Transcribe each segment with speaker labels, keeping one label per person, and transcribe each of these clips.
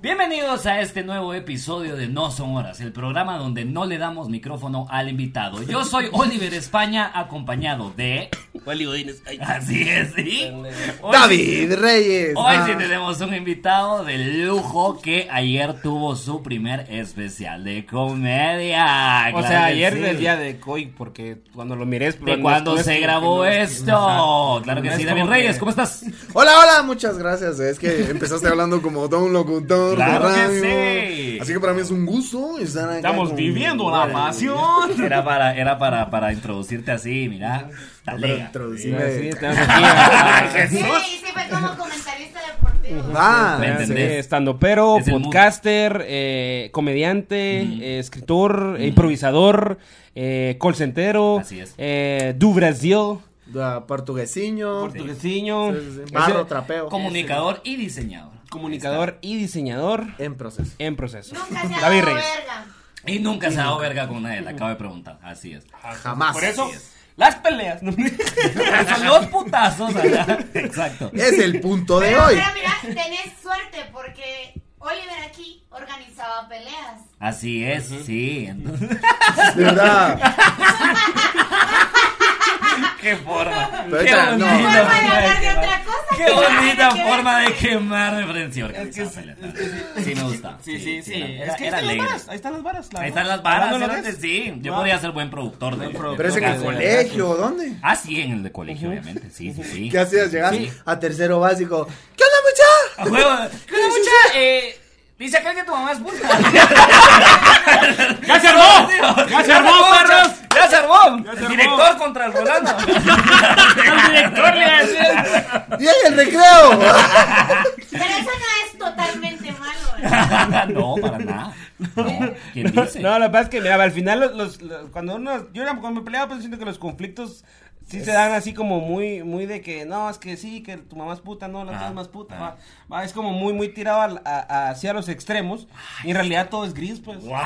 Speaker 1: Bienvenidos a este nuevo episodio de No Son Horas, el programa donde no le damos micrófono al invitado. Yo soy Oliver España, acompaínado de.
Speaker 2: Wally Godínez. Ay,
Speaker 1: Así es, ¿sí? Hoy-
Speaker 3: David Reyes.
Speaker 1: Hoy
Speaker 3: Ah,
Speaker 1: sí tenemos un invitado de lujo que ayer tuvo su primer especial de comedia.
Speaker 2: O
Speaker 1: Claro
Speaker 2: sea,
Speaker 1: que
Speaker 2: ayer
Speaker 1: sí.
Speaker 2: era el día de COI, porque cuando lo miré es
Speaker 1: De cuando se grabó esto. Claro que
Speaker 2: no
Speaker 1: sí,
Speaker 2: es
Speaker 1: David
Speaker 2: como
Speaker 1: Reyes,
Speaker 2: que-
Speaker 1: ¿cómo estás?
Speaker 3: Hola, hola, muchas gracias. Es que empezaste hablando como todo un locutor. de
Speaker 1: Claro que
Speaker 3: radio.
Speaker 1: sí.
Speaker 3: Así que para mí es un gusto estar acá.
Speaker 2: Estamos
Speaker 3: con-
Speaker 2: viviendo la
Speaker 3: Bueno,
Speaker 2: pasión.
Speaker 1: Era para, era para, para introducirte así, mira.
Speaker 3: para
Speaker 1: talega.
Speaker 3: introducirme.
Speaker 2: Sí, estamos aquí, ah,
Speaker 4: Sí, sí fue como comentarista deportivo.
Speaker 3: Ah,
Speaker 1: ¿Me
Speaker 2: sí,
Speaker 1: entendés?
Speaker 2: Estando pero,
Speaker 1: Es el mood.
Speaker 2: podcaster, eh, comediante, eh, escritor, eh, improvisador, eh, callcentero,
Speaker 1: Así es.
Speaker 2: eh, du Brasil,
Speaker 3: da portuguesiño.
Speaker 2: portuguesiño,
Speaker 3: Sí, sí, sí.
Speaker 2: ese-
Speaker 3: Barro, trapeo.
Speaker 1: Comunicador y diseñador.
Speaker 2: comunicador y diseñador
Speaker 3: En proceso.
Speaker 2: en proceso.
Speaker 4: Nunca se ha
Speaker 2: David
Speaker 4: dado
Speaker 2: Reyes.
Speaker 4: verga.
Speaker 1: Y nunca se ha dado verga con nadie, le acabo de preguntar. Así es.
Speaker 3: Jamás.
Speaker 2: Por eso, las peleas.
Speaker 1: Son los putazos allá. Exacto.
Speaker 3: Es el punto de
Speaker 4: Pero,
Speaker 3: hoy.
Speaker 4: pero mira, tenés suerte porque Oliver aquí organizaba peleas.
Speaker 1: Así es, sí. Entonces,
Speaker 3: De verdad.
Speaker 1: qué forma.
Speaker 3: Pero
Speaker 1: Qué
Speaker 3: ahorita, no.
Speaker 1: bonita forma
Speaker 3: Forma de
Speaker 1: de
Speaker 4: hablar de
Speaker 1: quemar.
Speaker 4: otra cosa que
Speaker 1: Qué
Speaker 4: nada tiene
Speaker 1: bonita
Speaker 4: que ver
Speaker 1: forma de
Speaker 4: con-
Speaker 1: quemar referencia organizada.
Speaker 2: sí,
Speaker 1: Sí, me gusta.
Speaker 2: Sí, sí, sí.
Speaker 1: Era,
Speaker 2: es que
Speaker 1: era
Speaker 2: ahí están las
Speaker 1: alegre.
Speaker 2: varas, ahí están las varas. la
Speaker 1: Ahí
Speaker 2: verdad.
Speaker 1: están las varas.
Speaker 2: Hablando de lo
Speaker 1: fíjate,
Speaker 2: que es.
Speaker 1: sí. Yo
Speaker 2: Va.
Speaker 1: podría ser buen productor de. de-
Speaker 3: Pero ese
Speaker 1: de-
Speaker 3: que en el
Speaker 1: de-
Speaker 3: colegio, ¿dónde?
Speaker 1: Ah, sí, en el de colegio, obviamente. Sí, sí, sí.
Speaker 3: ¿Qué hacías? Llegas
Speaker 2: Sí.
Speaker 3: a tercero básico. ¿Qué onda,
Speaker 1: A
Speaker 3: mucha?
Speaker 1: huevo. ¿Qué onda, mucha? Eh, dice aquel que tu mamá es puta.
Speaker 2: ¡Ya se armó! ¡Ya se armó, perros!
Speaker 1: ¡Ya se armó!
Speaker 2: se
Speaker 1: El
Speaker 2: armó.
Speaker 1: director contra el Rolando.
Speaker 2: ¡El director le hace!
Speaker 3: Y ahí el recreo.
Speaker 4: Pero eso no es totalmente malo. ¿eh? ¿verdad?
Speaker 1: no, para nada. No, ¿quién dice?
Speaker 2: No, la verdad es que, mira, al final, los, los- los- cuando uno. Yo era- cuando me peleaba, pues siento que los conflictos sí se dan así como muy muy de que no, es que sí, que tu mamá es puta, no, la
Speaker 1: Ah,
Speaker 2: tuya es más puta.
Speaker 1: ah.
Speaker 2: va. Va, es como muy, muy tirado al- a- a- hacia los extremos. Y en realidad todo es gris, pues.
Speaker 1: ¡Wow!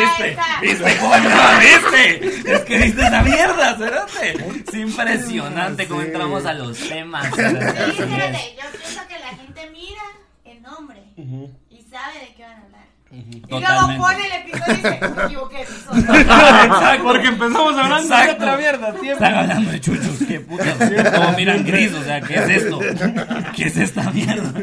Speaker 1: ¿Viste?
Speaker 4: Ah, esa.
Speaker 1: ¿Viste cómo entraba? ¿Viste? Es que viste esa mierda, cerote. Es impresionante cómo
Speaker 3: Sí.
Speaker 1: entramos a los temas.
Speaker 4: Sí,
Speaker 1: cerote.
Speaker 4: espérate, yo pienso que la gente mira el nombre y sabe de qué van a hablar. Y luego
Speaker 1: Totalmente.
Speaker 4: pone el episodio y dice, me equivoqué de episodio.
Speaker 1: Exacto.
Speaker 2: Porque empezamos hablando de
Speaker 1: Exacto.
Speaker 2: otra mierda,
Speaker 1: Están
Speaker 2: siempre.
Speaker 1: hablando de chuchos, qué putas. Como miran gris, o sea, ¿qué es esto? ¿Qué es esta mierda?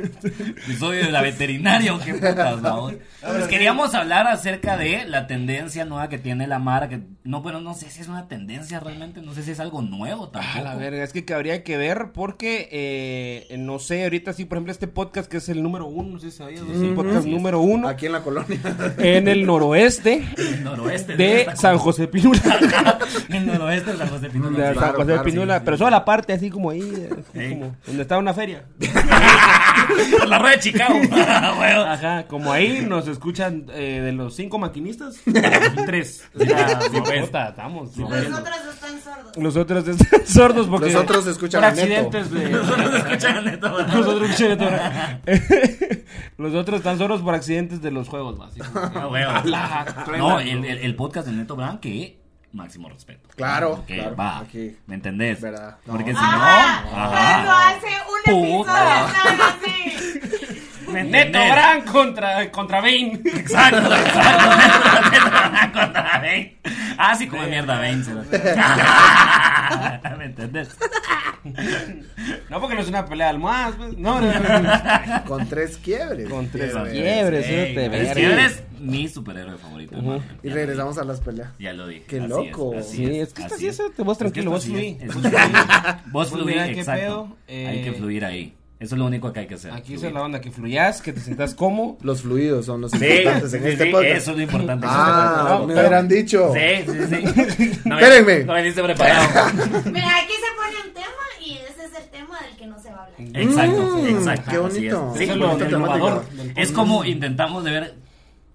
Speaker 1: Soy de la veterinaria o qué putas, vamos. Pues queríamos hablar acerca de la tendencia nueva que tiene la Mara, que no, pero no sé si es una tendencia realmente, no sé si es algo nuevo
Speaker 2: A
Speaker 1: tampoco.
Speaker 2: Ah, la verga, es que habría que ver porque, eh, no sé, ahorita sí, por ejemplo, este podcast que es el número uno, no sé si sabías, es el podcast número uno
Speaker 3: Aquí en la colonia.
Speaker 2: en el noroeste
Speaker 1: El noroeste
Speaker 2: de
Speaker 1: esta
Speaker 2: San José Pinula.
Speaker 1: El noroeste de San José Pinula.
Speaker 2: De
Speaker 3: claro,
Speaker 2: San José
Speaker 3: claro,
Speaker 2: Pinula,
Speaker 3: sí, sí.
Speaker 2: pero solo la parte así como ahí, eh,
Speaker 1: Sí.
Speaker 2: como donde estaba una feria.
Speaker 1: Por la rueda de Chicago. Ah, huevo.
Speaker 2: Ajá, como ahí nos escuchan eh, de los cinco maquinistas, tres. Ya, no, puta, estamos. no,
Speaker 4: Los
Speaker 2: bueno.
Speaker 4: otros están sordos.
Speaker 2: Los otros están sordos porque.
Speaker 3: Los otros escuchan
Speaker 2: por
Speaker 3: a Neto.
Speaker 2: accidentes de.
Speaker 1: Solo escuchan de todo.
Speaker 2: Los otros, los otros están sordos por accidentes de los juegos, ¿no? Así como que-
Speaker 1: Ah, huevo.
Speaker 2: Ajá, truena.
Speaker 1: No, el, el- el podcast de Neto Brand que máximo respeto.
Speaker 3: Claro,
Speaker 1: Ok,
Speaker 3: claro,
Speaker 1: va.
Speaker 3: aquí.
Speaker 1: ¿Me entendés?
Speaker 3: Verdad. No.
Speaker 1: Porque si no,
Speaker 4: Ah, cuando
Speaker 1: ajá.
Speaker 4: hace un episodio
Speaker 1: Puta.
Speaker 4: están así.
Speaker 1: ¿Me
Speaker 2: Neto
Speaker 1: entendés?
Speaker 2: Gran contra, contra Bane.
Speaker 1: Exacto, exacto. Neto- Neto Brand contra Bane. Ah, sí, come mierda Bane. se lo- ¿Me entendés?
Speaker 2: No, porque no es una pelea al más. pues. No, no, no, no.
Speaker 3: Con tres quiebres.
Speaker 2: Con tres
Speaker 3: Quiebres.
Speaker 1: Ey,
Speaker 2: quiebres. Fiebre, cerote,
Speaker 1: Fiebre
Speaker 2: verga.
Speaker 1: es mi superhéroe favorito. de Marvel.
Speaker 3: Y regresamos a las peleas.
Speaker 1: Ya lo dije.
Speaker 3: Qué
Speaker 1: así
Speaker 3: loco.
Speaker 1: es, así
Speaker 2: Sí, es que esto sí, eso te-
Speaker 1: Es
Speaker 2: vos
Speaker 1: que
Speaker 2: tranquilo,
Speaker 1: esto
Speaker 2: vos
Speaker 1: sí
Speaker 2: fluí.
Speaker 1: es- es fluir. Vos
Speaker 2: Pues
Speaker 1: fluí,
Speaker 2: mira qué
Speaker 1: exacto.
Speaker 2: pedo, eh,
Speaker 1: Hay que fluir ahí. Eso es lo único que hay que hacer.
Speaker 2: Aquí
Speaker 1: fluir.
Speaker 2: es la onda que fluyas, que te sientas como.
Speaker 3: Los fluidos son los
Speaker 1: Sí,
Speaker 3: importantes en
Speaker 1: sí,
Speaker 3: este
Speaker 1: sí,
Speaker 3: podcast.
Speaker 1: Eso es lo importante.
Speaker 3: Ah,
Speaker 1: eso es lo
Speaker 3: me
Speaker 1: importante.
Speaker 3: hubieran dicho.
Speaker 1: Sí, sí, sí. No,
Speaker 3: Espérenme.
Speaker 1: No veniste preparado.
Speaker 4: Mira, aquí se pone un tema y ese es el tema del que no se va a hablar.
Speaker 1: Exacto,
Speaker 3: Mm,
Speaker 1: exacto.
Speaker 3: qué
Speaker 1: así es.
Speaker 3: bonito.
Speaker 1: Sí,
Speaker 2: Eso es
Speaker 1: lo
Speaker 2: lo
Speaker 1: innovador.
Speaker 2: innovador del podcast.
Speaker 1: Es como intentamos de ver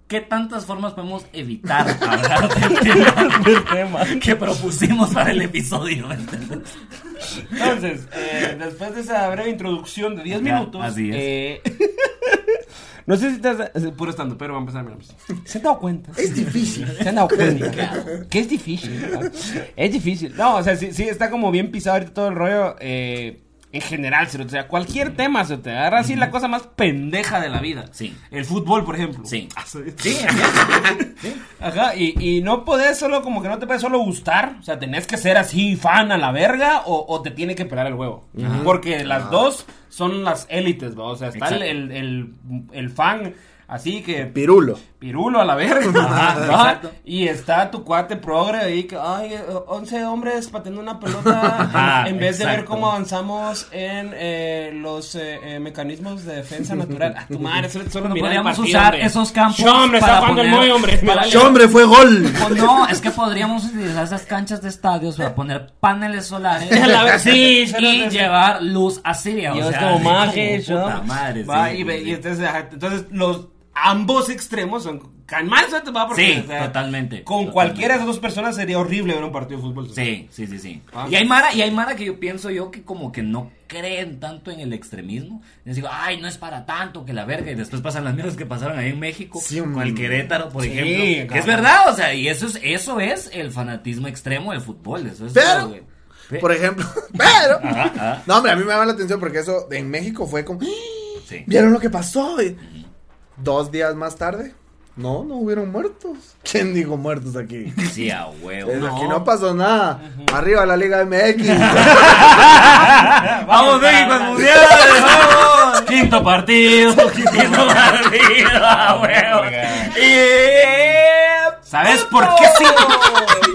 Speaker 1: qué tantas formas podemos evitar hablar del tema
Speaker 2: El tema.
Speaker 1: que propusimos para el episodio. ¿entendés?
Speaker 2: Entonces, eh, después de esa breve introducción de 10
Speaker 1: Ya,
Speaker 2: minutos.
Speaker 1: así es.
Speaker 2: eh, no sé si te has. es Puro estando, pero vamos a empezar. mira, pues. ¿Se han dado cuenta?
Speaker 3: Es difícil.
Speaker 2: Se han dado cuenta que es difícil. ¿verdad? Es difícil. No, o sea, sí, sí, está como bien pisado ahorita todo el rollo. eh, en general, cerote, o sea, cualquier tema, se te agarra así la cosa más pendeja de la vida.
Speaker 1: Sí.
Speaker 2: El fútbol, por ejemplo.
Speaker 1: Sí.
Speaker 2: Ah, sí.
Speaker 1: Sí, así es. Sí.
Speaker 2: Ajá, y, y no podés solo, como que no te puede solo gustar, o sea, tenés que ser así fan a la verga o, o te tiene que pelar el huevo. Porque las dos son las élites, ¿no? O sea, está el,
Speaker 1: Ah. Exacto.
Speaker 2: el, el, el fan así que
Speaker 3: Pirulo.
Speaker 2: pirulo a la verga. ¿no? Y está tu cuate progre ahí que, ay, eh, 11 hombres pateando una pelota
Speaker 1: Ajá,
Speaker 2: en vez de ver
Speaker 1: exacto.
Speaker 2: cómo avanzamos en eh, los eh, eh, mecanismos de defensa natural. Ah, tu madre, eso- solo
Speaker 1: Bueno,
Speaker 2: mira el
Speaker 1: podríamos
Speaker 2: partido,
Speaker 1: usar
Speaker 2: hombre.
Speaker 1: esos campos
Speaker 2: Sí, hombre,
Speaker 1: para
Speaker 2: está jugando el
Speaker 1: poner-
Speaker 2: muy hombre.
Speaker 1: para-
Speaker 2: Dale.
Speaker 3: ¡Che, hombre, fue gol!
Speaker 1: O no, es que podríamos utilizar esas canchas de estadios para poner paneles solares
Speaker 2: A la vez- sí, sí,
Speaker 1: y
Speaker 2: sí.
Speaker 1: llevar luz a Siria.
Speaker 2: Y
Speaker 1: o
Speaker 2: es
Speaker 1: sea,
Speaker 2: como
Speaker 1: así
Speaker 2: maje,
Speaker 1: como puta
Speaker 2: ¿no?
Speaker 1: madre,
Speaker 2: Va,
Speaker 1: sí,
Speaker 2: y, ve-
Speaker 1: sí,
Speaker 2: y
Speaker 1: sí.
Speaker 2: entonces, ajá, entonces los ambos extremos son can mal, ¿sabes? va porque
Speaker 1: Sí, totalmente,
Speaker 2: Con
Speaker 1: totalmente.
Speaker 2: cualquiera de esas dos personas sería horrible ver un partido de fútbol. ¿sabes?
Speaker 1: Sí, sí, sí, sí.
Speaker 2: Ah.
Speaker 1: Y hay Mara, y hay Mara que yo pienso yo que como que no creen tanto en el extremismo. Les digo, ay, no es para tanto que la verga. Y después pasan las mierdas que pasaron ahí en México
Speaker 3: Sí,
Speaker 1: con
Speaker 3: hombre.
Speaker 1: el Querétaro, por
Speaker 2: Sí,
Speaker 1: ejemplo. Que es
Speaker 2: cabrón.
Speaker 1: verdad, o sea, y eso es, eso es el fanatismo extremo del fútbol. Eso es
Speaker 3: Pero,
Speaker 1: todo, güey. Pe-
Speaker 3: Por ejemplo. Pero.
Speaker 1: Ajá, ajá.
Speaker 3: No, hombre, a mí me llama la atención porque eso en México fue como. "¡Ah!
Speaker 1: Sí.
Speaker 3: ¿Vieron lo que pasó? Y Dos días más tarde. No, no hubieron muertos. ¿Quién dijo muertos aquí?
Speaker 1: Sí, a huevo.
Speaker 3: Es- Aquí no pasó nada. Arriba la Liga MX.
Speaker 1: ¡Vamos, México, al mundial! ¡Vamos! Quinto partido, quinto partido, a huevo. Y-
Speaker 2: ¿Sabes por qué sí?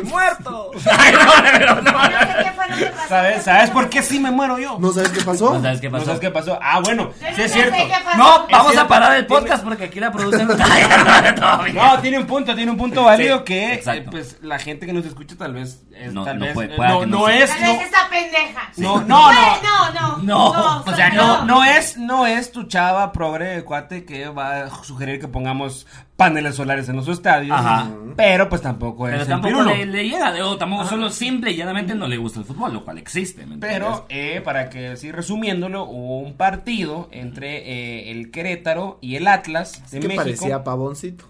Speaker 1: muerto! Ay, no, no, no, no.
Speaker 4: No sé qué fue lo que pasó.
Speaker 2: ¿Sabes, ¿Sabes por qué sí me muero yo?
Speaker 3: ¿No sabes qué pasó?
Speaker 1: No sabes qué
Speaker 2: ¿No
Speaker 1: pasó.
Speaker 2: sabes qué pasó? Ah, bueno,
Speaker 4: Yo no
Speaker 2: sí es
Speaker 4: sé
Speaker 2: cierto.
Speaker 4: qué pasó.
Speaker 1: No,
Speaker 2: Es
Speaker 1: vamos a
Speaker 2: cierto.
Speaker 1: parar el podcast porque aquí la producen. no,
Speaker 2: No, tiene un punto, tiene un punto válido
Speaker 1: Sí,
Speaker 2: que eh,
Speaker 1: exacto.
Speaker 2: pues la gente que nos escucha tal vez es-
Speaker 1: No,
Speaker 2: tal
Speaker 1: no
Speaker 2: vez
Speaker 1: puede-
Speaker 2: eh,
Speaker 1: pueda
Speaker 2: no,
Speaker 1: que
Speaker 2: no
Speaker 1: no sea.
Speaker 2: es
Speaker 4: Tal
Speaker 2: no,
Speaker 4: vez esa pendeja.
Speaker 2: no, no, no.
Speaker 4: Güey, no, no.
Speaker 1: No, o
Speaker 4: soy
Speaker 1: sea,
Speaker 2: No,
Speaker 1: No.
Speaker 2: no es, no es tu chava progre cuate que va a sugerir que pongamos paneles solares en los estadios.
Speaker 1: Ajá.
Speaker 2: Pero pues tampoco es
Speaker 1: Pero
Speaker 2: el
Speaker 1: tampoco
Speaker 2: pirulo.
Speaker 1: le, le llega de o tampoco solo simple y llanamente no le gusta el fútbol, lo cual existe. ¿me
Speaker 2: Pero,
Speaker 1: entiendes?
Speaker 2: eh, para que sí, resumiéndolo, hubo un partido entre eh, el Querétaro y el Atlas de
Speaker 3: Es que
Speaker 2: México.
Speaker 3: parecía pavoncito.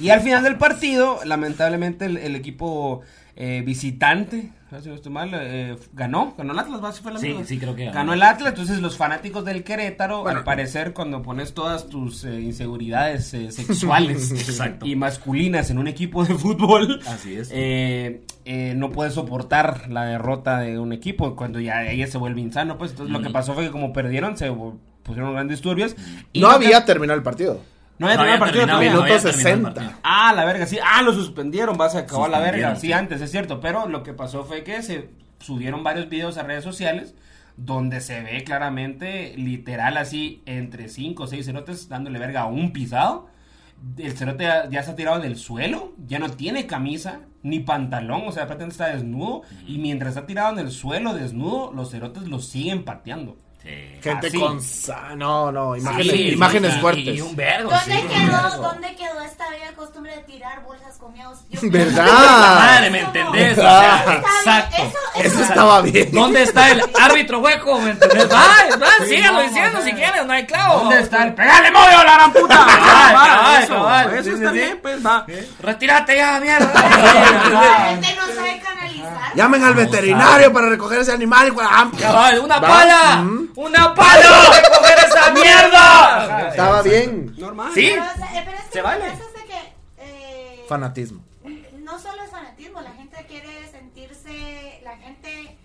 Speaker 2: Y al final del partido, lamentablemente, el, el equipo eh, visitante, si no estoy mal, eh, ganó, ganó el Atlas, ¿va? ¿Sí fue la
Speaker 1: Sí,
Speaker 2: misma?
Speaker 1: sí, creo que ganó.
Speaker 2: ganó. el Atlas, entonces los fanáticos del Querétaro, al parecer, cuando pones todas tus eh, inseguridades eh, sexuales
Speaker 1: Exacto.
Speaker 2: y masculinas en un equipo de fútbol,
Speaker 1: Así es.
Speaker 2: eh, eh, no puedes soportar la derrota de un equipo cuando ya ella se vuelve insano, pues entonces lo
Speaker 1: Mm.
Speaker 2: que pasó fue que como perdieron, se vu- pusieron grandes disturbios. y
Speaker 3: No había
Speaker 2: ca-
Speaker 3: terminado el partido.
Speaker 2: no había
Speaker 1: No
Speaker 2: terminado el partido
Speaker 1: terminado,
Speaker 2: todavía.
Speaker 1: no había
Speaker 3: Minuto
Speaker 1: terminado el
Speaker 3: 60.
Speaker 1: partido.
Speaker 2: Ah, la verga, sí. Ah, lo suspendieron, vas a acabar la verga.
Speaker 1: Suspendieron,
Speaker 2: Sí,
Speaker 1: sí.
Speaker 2: antes, es cierto. Pero lo que pasó fue que se subieron varios videos a redes sociales donde se ve claramente, literal, así, entre cinco o seis cerotes dándole verga a un pisado. El cerote ya, ya está tirado en el suelo, ya no tiene camisa ni pantalón, o sea, prácticamente está desnudo. Y mientras está tirado en el suelo desnudo, los cerotes lo siguen pateando.
Speaker 1: Ah, Sí. Ah,
Speaker 3: Gente
Speaker 2: Así.
Speaker 3: con. sa- No, no, imágenes,
Speaker 1: Sí,
Speaker 3: imágenes
Speaker 1: sí, y-
Speaker 3: fuertes.
Speaker 1: Y un vergo.
Speaker 4: ¿Dónde
Speaker 1: sí.
Speaker 4: quedó, ¿Dónde quedó esta vieja costumbre de tirar bolsas con miados? Yo-
Speaker 3: ¿Verdad?
Speaker 1: Madre, ¿me entendés? O
Speaker 3: Ah.
Speaker 1: sea,
Speaker 4: Está bien,
Speaker 1: exacto.
Speaker 4: Eso,
Speaker 3: Eso
Speaker 4: eso-
Speaker 3: estaba bien.
Speaker 1: ¿Dónde está el árbitro hueco? ¿Me entendés? Va, va,
Speaker 2: Sí,
Speaker 1: síganlo
Speaker 2: no,
Speaker 1: diciendo
Speaker 2: no,
Speaker 1: si
Speaker 2: no.
Speaker 1: quieres, no hay clavo.
Speaker 2: ¿Dónde está el pegale modio, la gran puta?
Speaker 1: Cabal,
Speaker 2: Ah, va,
Speaker 1: cabal, cabal.
Speaker 2: eso
Speaker 1: Sí,
Speaker 2: está
Speaker 1: sí, sí.
Speaker 2: bien, pues va.
Speaker 1: Retírate ya, mierda.
Speaker 4: La gente no sabe canalizar.
Speaker 3: Llamen al veterinario para recoger ese animal. ¡Ah, hijo de la-
Speaker 1: Cabal, una
Speaker 3: Va.
Speaker 1: pala.
Speaker 3: Mm.
Speaker 1: Una pala. ¡Recoger esa mierda!
Speaker 3: Estaba bien.
Speaker 2: Normal.
Speaker 1: Sí.
Speaker 4: Pero, o sea, eh, pero es que
Speaker 1: Se
Speaker 4: lo
Speaker 1: vale.
Speaker 4: que pasa es de que, eh,
Speaker 3: Fanatismo.
Speaker 4: no solo es fanatismo, la gente quiere sentirse, la gente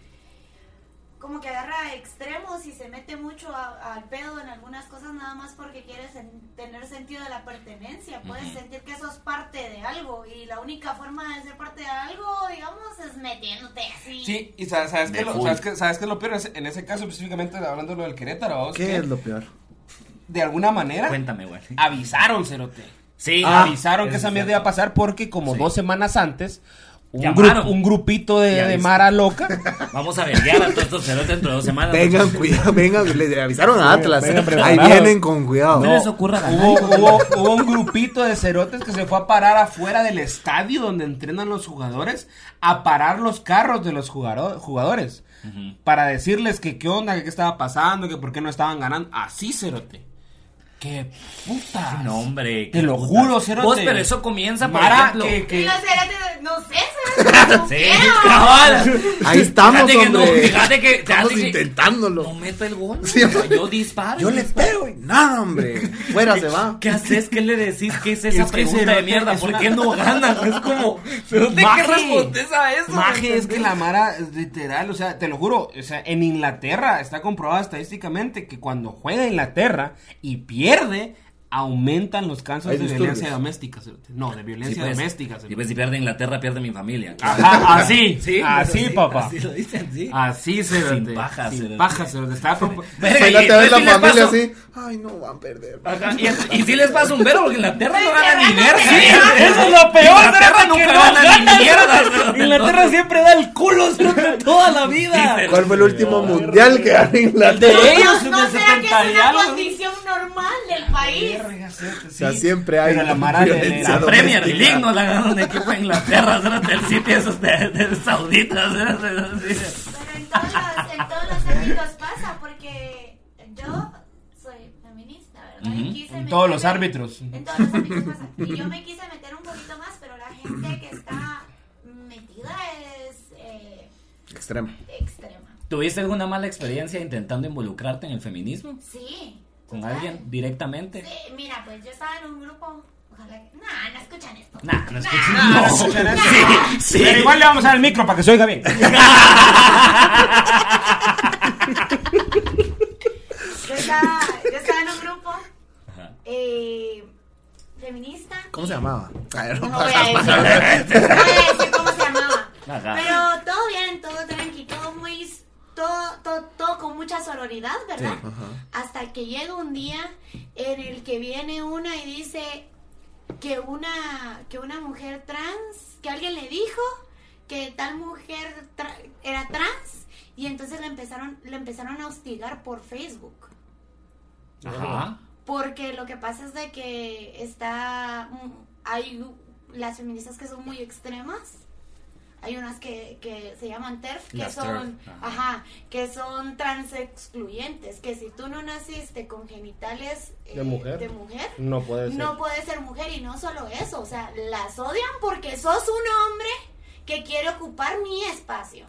Speaker 4: como que agarra extremos y se mete mucho a- al pedo en algunas cosas nada más porque quiere sen- tener sentido de la pertenencia, puedes
Speaker 1: Ujú.
Speaker 4: sentir que sos parte de algo y la única forma de ser parte de algo, digamos, es metiéndote así.
Speaker 2: Sí, y sabes, sabes
Speaker 1: De
Speaker 2: que lo,
Speaker 1: full.
Speaker 2: sabes, que, sabes que lo peor es, en ese caso específicamente hablando de lo del Querétaro, vamos,
Speaker 3: ¿Qué
Speaker 2: que
Speaker 3: es lo peor?
Speaker 2: de alguna manera
Speaker 1: Cuéntame, güey.
Speaker 2: avisaron, Cerote.
Speaker 1: Sí.
Speaker 3: Ah,
Speaker 2: avisaron que
Speaker 1: eso
Speaker 2: esa
Speaker 1: es
Speaker 2: mierda iba
Speaker 1: cierto.
Speaker 2: a pasar porque como
Speaker 1: Sí.
Speaker 2: dos semanas antes, un,
Speaker 1: Llamaron.
Speaker 2: gru- un grupito de,
Speaker 1: Ya
Speaker 2: de
Speaker 1: viste.
Speaker 2: Mara Loca
Speaker 1: Vamos a verguear a todos estos cerotes dentro de dos semanas.
Speaker 3: Vengan, cuidado, vengan. Les avisaron a Atlas. ¿eh?
Speaker 2: vengan
Speaker 3: Ahí
Speaker 2: preparados.
Speaker 3: vienen con cuidado.
Speaker 1: No les ocurra ganar.
Speaker 2: Hubo, hubo, hubo un grupito de cerotes que se fue a parar afuera del estadio donde entrenan los jugadores a parar los carros de los jugaro- jugadores para decirles que qué onda, que qué estaba pasando, que por qué no estaban ganando. Así, cerote. ¡Qué puta!
Speaker 1: No, hombre.
Speaker 2: Te
Speaker 1: qué
Speaker 2: lo
Speaker 1: putas.
Speaker 2: juro, cerote.
Speaker 1: Vos, pero eso comienza, por
Speaker 2: Mara,
Speaker 1: ejemplo.
Speaker 2: que-
Speaker 4: Y
Speaker 2: que-
Speaker 4: los cerotes, no sé, cerotes, no
Speaker 1: Sí,
Speaker 4: quiero.
Speaker 1: cabal.
Speaker 3: Ahí estamos,
Speaker 1: Fíjate que no,
Speaker 3: hombre.
Speaker 1: fíjate que-
Speaker 3: Estamos
Speaker 1: fíjate que-
Speaker 3: intentándolo.
Speaker 1: No meta el gol.
Speaker 3: Sí.
Speaker 1: Yo disparo.
Speaker 3: Yo le pego y nada, hombre. Fuera se va.
Speaker 1: ¿Qué haces? ¿Qué le decís? ¿Qué es esa
Speaker 2: Es que
Speaker 1: pregunta
Speaker 2: será
Speaker 1: de
Speaker 2: que
Speaker 1: mierda?
Speaker 2: es
Speaker 1: ¿Por
Speaker 2: una-
Speaker 1: qué no ganan? Es como, ¿pero de qué
Speaker 2: Maje.
Speaker 1: respondes a eso?
Speaker 2: Maje, es que la Mara, literal, o sea, te lo juro, o sea, en Inglaterra está comprobado estadísticamente que cuando juega Inglaterra y pierde, aumentan los casos
Speaker 3: Hay
Speaker 2: de
Speaker 3: disturbios.
Speaker 2: violencia doméstica. cerote. No, de
Speaker 1: Si
Speaker 2: violencia
Speaker 1: pues,
Speaker 2: doméstica.
Speaker 1: y
Speaker 2: cerote.
Speaker 1: pues si pierde Inglaterra, pierde mi familia.
Speaker 2: Ajá, así,
Speaker 1: Sí,
Speaker 2: así,
Speaker 1: pero sí,
Speaker 2: papá.
Speaker 1: Así lo dicen, sí.
Speaker 2: Así, se
Speaker 1: Sin paja, cerote.
Speaker 2: Sin paja, cerote. Estaba comp-
Speaker 1: Verga,
Speaker 3: Ojalá
Speaker 1: y-
Speaker 3: te ve
Speaker 1: y
Speaker 3: la
Speaker 1: pues sí les
Speaker 3: familia
Speaker 1: paso-
Speaker 3: así. Ay, no van a perder.
Speaker 1: Ajá, y, y sí les pasa un verbo porque Inglaterra no gana ni
Speaker 4: Sí,
Speaker 1: mierda.
Speaker 4: sí,
Speaker 2: eso es lo peor,
Speaker 1: Inglaterra
Speaker 2: cerote,
Speaker 1: nunca
Speaker 2: que no
Speaker 1: gana ni
Speaker 2: gana,
Speaker 1: mierda.
Speaker 2: cerote.
Speaker 1: cerote,
Speaker 2: Inglaterra
Speaker 1: ¿no?
Speaker 2: siempre da el culo, cerote, toda la vida.
Speaker 1: Sí,
Speaker 3: ¿Cuál fue el último mundial que ganó
Speaker 2: El de
Speaker 3: Inglaterra?
Speaker 2: ellos,
Speaker 4: No
Speaker 2: de
Speaker 4: será que
Speaker 2: 70
Speaker 4: es
Speaker 2: y
Speaker 4: una
Speaker 2: algo.
Speaker 4: condición normal del país.
Speaker 2: Verga, cerote,
Speaker 3: O sea,
Speaker 2: sí.
Speaker 3: siempre hay
Speaker 2: Pero la Mara le- le-
Speaker 3: violencia
Speaker 1: La
Speaker 2: Doméstica.
Speaker 1: Premier League no la ganó un equipo de Inglaterra, cerote, el City esos de, de sauditas. cerote, sí.
Speaker 4: Pero en todos los, en todos los ámbitos pasa, porque yo soy feminista, ¿verdad? Y
Speaker 1: Ujú.
Speaker 4: quise
Speaker 2: En todos los
Speaker 4: meterme-
Speaker 2: árbitros.
Speaker 4: En todos los ámbitos pasa. Y yo me quise meter un poquito más, pero la gente que está metida es eh,
Speaker 3: Extremo.
Speaker 4: extrema.
Speaker 1: ¿Tuviste alguna mala experiencia intentando involucrarte en el feminismo?
Speaker 4: Sí.
Speaker 1: ¿Con
Speaker 4: total.
Speaker 1: alguien directamente?
Speaker 4: Sí, mira, pues yo estaba en un grupo. Ojalá que. Nah, no escuchan esto.
Speaker 1: Nah, no escuchan.
Speaker 4: Nah,
Speaker 1: Ah, No.
Speaker 2: escuchan esto.
Speaker 1: Sí, sí.
Speaker 2: Pero igual le vamos a dar el micro para que se oiga bien.
Speaker 4: Yo estaba, yo estaba en un grupo
Speaker 1: Ajá.
Speaker 4: eh, feminista.
Speaker 3: ¿Cómo se llamaba? Ay,
Speaker 4: No
Speaker 3: no.
Speaker 4: voy a decir, no voy a decir cómo se llamaba.
Speaker 1: Ajá.
Speaker 4: Pero todo bien, todo tranqui, todo muy. Todo, todo, todo con mucha sororidad, ¿verdad?
Speaker 3: Sí, ajá.
Speaker 4: Hasta que llega un día en el que viene una y dice que una, que una mujer trans, que alguien le dijo que tal mujer tra- era trans y entonces le empezaron, le empezaron a hostigar por Facebook.
Speaker 1: Ajá.
Speaker 4: Porque lo que pasa es de que está. mm, Hay las feministas que son muy extremas. Hay unas que, que se llaman TERF, que
Speaker 1: Las
Speaker 4: son.
Speaker 1: TERF, ajá.
Speaker 4: Ajá. que son trans excluyentes. Que si tú no naciste con genitales eh,
Speaker 5: De mujer.
Speaker 4: de mujer,
Speaker 5: No puede ser.
Speaker 4: no puedes ser mujer. Y no solo eso, o sea, las odian porque sos un hombre que quiere ocupar mi espacio.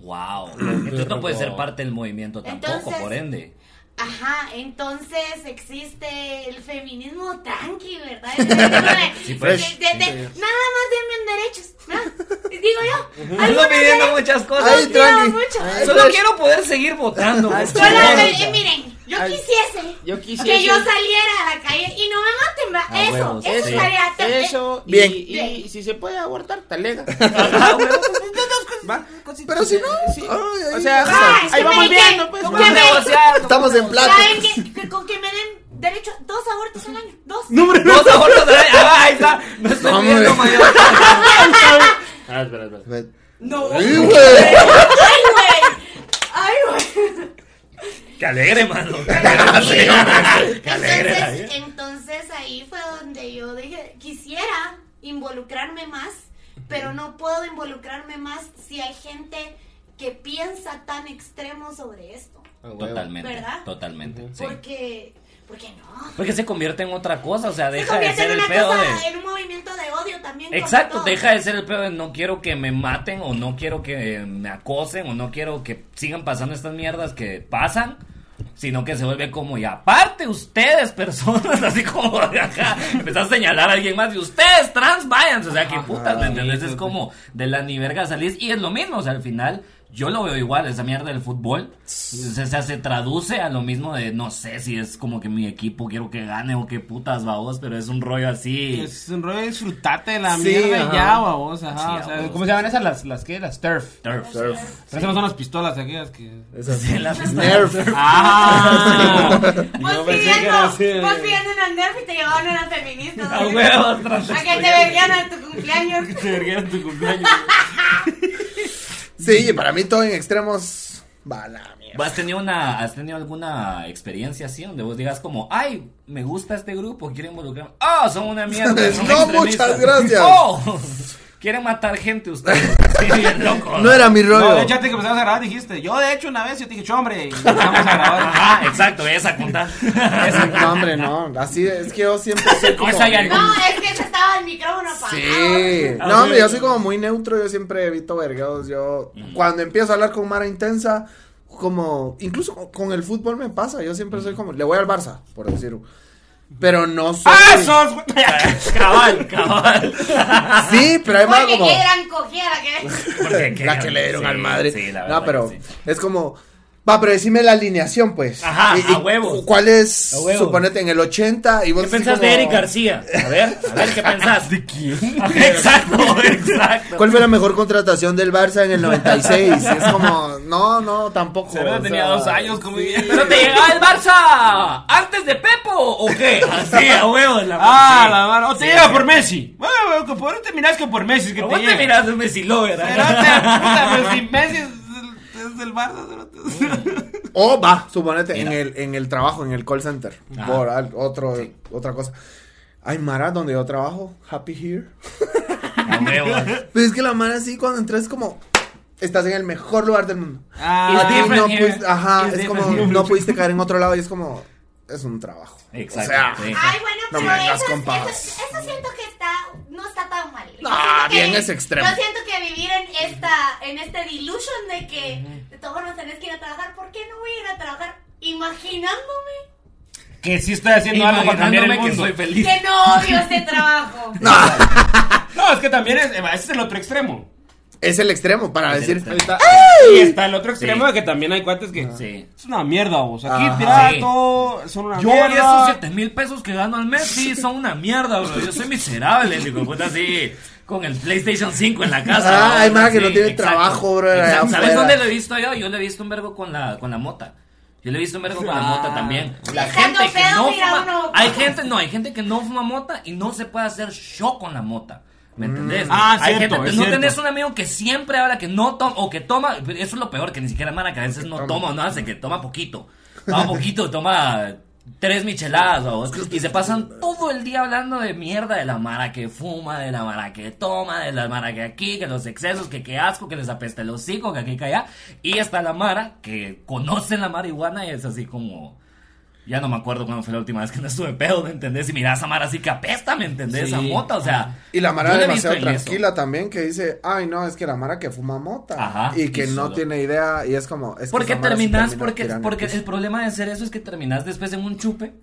Speaker 1: Wow. Entonces no puede ser parte del movimiento tampoco,
Speaker 4: Entonces-
Speaker 1: por ende.
Speaker 4: Ajá, entonces existe el feminismo tranqui, ¿verdad? El feminismo de-
Speaker 1: Sí, pues.
Speaker 4: de- de- de- nada más denme derechos, ¿no? Digo yo.
Speaker 1: Ando
Speaker 4: alguna
Speaker 1: pidiendo
Speaker 4: vez-
Speaker 1: muchas cosas.
Speaker 3: Ay, tranqui.
Speaker 4: mucho.
Speaker 3: Ay,
Speaker 1: Solo quiero poder seguir votando.
Speaker 3: Ay,
Speaker 4: Solo-
Speaker 3: chingón.
Speaker 4: eh, miren, yo
Speaker 5: Ay,
Speaker 4: quisiese,
Speaker 5: yo quisiese-
Speaker 4: que yo saliera a la calle y no me maten, ¿va?
Speaker 1: A
Speaker 4: eso,
Speaker 1: huevos,
Speaker 4: eso
Speaker 1: sí.
Speaker 4: estaría eh, tan-
Speaker 5: Eso, y,
Speaker 3: Bien.
Speaker 5: y,
Speaker 4: Bien.
Speaker 5: si se puede abortar, talega. Va.
Speaker 3: Pero si no,
Speaker 5: Sí.
Speaker 3: ay,
Speaker 5: o sea,
Speaker 3: ay,
Speaker 4: Ah, es
Speaker 5: ahí
Speaker 4: que
Speaker 5: vamos
Speaker 4: me-
Speaker 5: viendo, pues.
Speaker 4: que-
Speaker 5: vamos
Speaker 4: que me-
Speaker 5: negociando.
Speaker 3: Estamos en plata.
Speaker 4: ¿Saben qué? Que Con que me den derecho dos abortos al año, dos.
Speaker 1: Dos abortos al año. Ah, ahí está. No estoy
Speaker 3: No, hombre.
Speaker 1: pidiendo mayor.
Speaker 5: Ah, espera, espera.
Speaker 4: No.
Speaker 3: Sí, güey.
Speaker 4: Ay, güey. Ay, güey.
Speaker 1: Que alegre, mano.
Speaker 4: Entonces, entonces ahí fue donde yo dije, quisiera involucrarme más, pero no puedo involucrarme más si hay gente que piensa tan extremo sobre esto.
Speaker 1: Totalmente.
Speaker 4: ¿Verdad?
Speaker 1: Totalmente. Sí.
Speaker 4: Porque, porque no.
Speaker 1: Porque se convierte en otra cosa, o sea,
Speaker 4: Se
Speaker 1: deja de
Speaker 4: convierte
Speaker 1: ser
Speaker 4: en
Speaker 1: el
Speaker 4: una
Speaker 1: pedo
Speaker 4: cosa,
Speaker 1: de.
Speaker 4: en un movimiento de odio también. como
Speaker 1: Exacto,
Speaker 4: todo.
Speaker 1: deja de ser el pedo de no quiero que me maten o no quiero que me acosen o no quiero que sigan pasando estas mierdas que pasan, sino que se vuelve como y aparte ustedes personas, así como de acá, empezás a señalar a alguien más y ustedes trans váyanse, o sea, que putas, ¿me entendés? Es como de la ni verga salís y es lo mismo, o sea, al final yo lo veo igual, esa mierda del fútbol. O sea, se- se traduce a lo mismo de no sé si es como que mi equipo quiero que gane o qué putas babos, pero es un rollo así.
Speaker 2: Es un rollo de disfrutate de la
Speaker 3: Sí,
Speaker 2: mierda y
Speaker 3: ajá.
Speaker 2: ya, babos, ajá.
Speaker 1: Sí,
Speaker 2: o sea,
Speaker 1: babos.
Speaker 2: ¿Cómo se llaman esas las, las que? Las turf.
Speaker 1: Turf.
Speaker 2: Esas no son las pistolas aquellas que.
Speaker 3: Esas
Speaker 1: Sí, las
Speaker 3: son Nerf. Ah.
Speaker 2: ¡Ah!
Speaker 4: Vos
Speaker 5: Yo pensé que era
Speaker 4: pidiendo,
Speaker 5: así de-
Speaker 4: vos pidiendo una nerf y te llevaban una feminista.
Speaker 1: A
Speaker 4: ¿no?
Speaker 1: huevos, trans.
Speaker 4: A que te vendían a tu cumpleaños.
Speaker 2: Te verguieron tu cumpleaños.
Speaker 3: Sí, y para mí todo en extremos va a la mierda.
Speaker 1: ¿Has tenido, una, ¿Has tenido alguna experiencia así donde vos digas como, ay, me gusta este grupo, quieren involucrarme? ¡Ah, son una mierda! son
Speaker 3: No,
Speaker 1: extremistas!
Speaker 3: muchas gracias.
Speaker 1: ¡Oh! Quieren matar gente ustedes. Sí, bien loco.
Speaker 3: No era mi rollo.
Speaker 2: No, de hecho, antes que empezamos a grabar dijiste, yo de hecho una vez yo te dije, "Chó, hombre, y empezamos a grabar.
Speaker 1: Ajá, Ah, exacto, esa cuenta.
Speaker 3: No, hombre, no. Así es que yo siempre soy como...
Speaker 1: Pues hay algo.
Speaker 4: No, es que se estaba el micrófono apagado.
Speaker 3: Sí. No, hombre, yo soy como muy neutro. Yo siempre evito vergados. Yo, cuando empiezo a hablar con Mara Intensa, como... Incluso con- con el fútbol me pasa. Yo siempre soy como... Le voy al Barça, por decirlo. Pero no soy...
Speaker 2: ¡Ah, sos!
Speaker 1: Cabal, cabal.
Speaker 3: Sí, pero hay más
Speaker 4: Porque
Speaker 3: como...
Speaker 4: qué gran cogida que
Speaker 1: Porque
Speaker 3: la que le dieron al Madrid.
Speaker 1: Sí, la verdad
Speaker 3: no, pero
Speaker 1: que sí.
Speaker 3: es como. Va, pero decime la alineación, pues.
Speaker 1: Ajá, a huevo.
Speaker 3: ¿Cuál es?
Speaker 1: A huevo.
Speaker 3: Suponete en el 80 y vos
Speaker 1: ¿Qué
Speaker 3: así
Speaker 1: pensás
Speaker 3: como,
Speaker 1: de Eric García? A ver, a ver, ¿qué pensás? ¿De quién? Exacto, exacto.
Speaker 3: ¿Cuál fue la mejor contratación del Barça en el 96? Y es como, no, no, tampoco.
Speaker 2: Pero
Speaker 3: o
Speaker 2: tenía
Speaker 3: sea,
Speaker 2: dos años, como bien.
Speaker 1: ¿Pero te llegaba el Barça Ah, antes de Pepo o qué? Así, a huevo. La
Speaker 2: Ah,
Speaker 1: sí.
Speaker 2: la mano. O te
Speaker 1: Sí,
Speaker 2: llega
Speaker 1: sí.
Speaker 2: por Messi. Bueno, bueno, que por no terminás que por Messi es que
Speaker 1: Pero
Speaker 2: te
Speaker 1: vos te
Speaker 2: llega.
Speaker 1: mirás de Messi Lover. ¿eh?
Speaker 2: Pero, te- puta, pero si Messi es del- es del Barça, cerote.
Speaker 3: O va, suponete, en el, en el trabajo, en el call center.
Speaker 1: Ajá.
Speaker 3: Por al- otro, otra cosa. Ay, Mara, donde yo trabajo, happy here.
Speaker 1: A huevo.
Speaker 3: Pero Pues es que la Mara sí, cuando entras es como, estás en el mejor lugar del mundo.
Speaker 2: Ah,
Speaker 3: A ti
Speaker 1: different
Speaker 3: no
Speaker 1: here.
Speaker 3: pudiste, ajá,
Speaker 2: It's
Speaker 3: es como
Speaker 2: different here.
Speaker 3: no pudiste caer en otro lado y es como es un trabajo.
Speaker 1: Exacto. sí.
Speaker 4: Ay, bueno,
Speaker 3: No
Speaker 4: pero
Speaker 3: me vengas
Speaker 4: eso,
Speaker 3: con
Speaker 4: es-
Speaker 3: pavos.
Speaker 4: eso, eso siento que está, no está tan mal. Yo
Speaker 3: Ah,
Speaker 4: siento que-
Speaker 3: bien, es extremo.
Speaker 4: Yo siento que vivir en esta, en este delusion de que de todos nos tenés que ir a trabajar, ¿por qué no voy a ir a trabajar? Imaginándome
Speaker 2: que sí estoy haciendo algo para cambiar el
Speaker 1: Imaginándome que
Speaker 2: mundo.
Speaker 1: soy feliz.
Speaker 4: que no odio este trabajo.
Speaker 2: No, es que también es, eh, ese es el otro extremo.
Speaker 3: Es el extremo para
Speaker 1: Es el
Speaker 3: decir
Speaker 1: extremo.
Speaker 3: ahorita,
Speaker 2: Y está el otro extremo
Speaker 1: Sí.
Speaker 2: de que también hay cuates que
Speaker 1: Sí.
Speaker 2: es una mierda, vos. Aquí
Speaker 3: Ajá.
Speaker 1: Sí.
Speaker 2: tirar todo, son una
Speaker 1: Yo
Speaker 2: mierda.
Speaker 1: esos 7 mil pesos que gano al mes, sí, son una mierda, bro. Yo soy miserable, digo, puta, así, con el PlayStation 5 en la casa.
Speaker 3: Ah,
Speaker 1: bro,
Speaker 3: hay más
Speaker 1: así,
Speaker 3: que no tiene trabajo, bro, allá
Speaker 1: Exacto. ¿Sabes
Speaker 3: afuera.
Speaker 1: dónde lo he visto yo? Yo lo he visto un vergo con la, con la mota. Yo lo he visto un vergo con la
Speaker 2: Ah.
Speaker 1: mota también. La
Speaker 4: Dejando
Speaker 1: gente que
Speaker 4: pedo,
Speaker 1: no
Speaker 4: mira
Speaker 1: fuma.
Speaker 4: uno.
Speaker 1: Hay gente, no, hay gente que no fuma mota y no se puede hacer show con la mota. ¿Me entendés?
Speaker 2: Ah,
Speaker 1: hay
Speaker 2: cierto,
Speaker 1: gente,
Speaker 2: es
Speaker 1: no
Speaker 2: cierto.
Speaker 1: tenés un amigo que siempre habla que no toma o que toma, eso es lo peor, que ni siquiera mara que a veces no toma o no hace, que toma poquito. Toma poquito, toma tres micheladas o y se pasan todo el día hablando de mierda de la mara que fuma, de la mara que toma, de la mara que aquí, que los excesos, que qué asco, que les apesta el hocico, que aquí que allá. Y está la mara que conoce la marihuana y es así como ya no me acuerdo cuándo fue la última vez que no estuve pedo, ¿me entendés? Y mirás a Mara así que apesta, ¿me entendés?
Speaker 2: Sí.
Speaker 1: A mota, o sea.
Speaker 3: y la Mara
Speaker 1: yo le he
Speaker 3: demasiado
Speaker 1: visto en eso.
Speaker 3: tranquila también que dice, "Ay, no, es que la Mara que fuma mota
Speaker 1: Ajá,
Speaker 3: y que
Speaker 1: y
Speaker 3: no
Speaker 1: solo.
Speaker 3: tiene idea y es como es que
Speaker 1: Porque
Speaker 3: esa Mara sí
Speaker 1: terminás,
Speaker 3: termina
Speaker 1: porque,
Speaker 3: tirando
Speaker 1: porque
Speaker 3: el
Speaker 1: el
Speaker 3: piso".
Speaker 1: problema de hacer eso es que terminás después en un chupe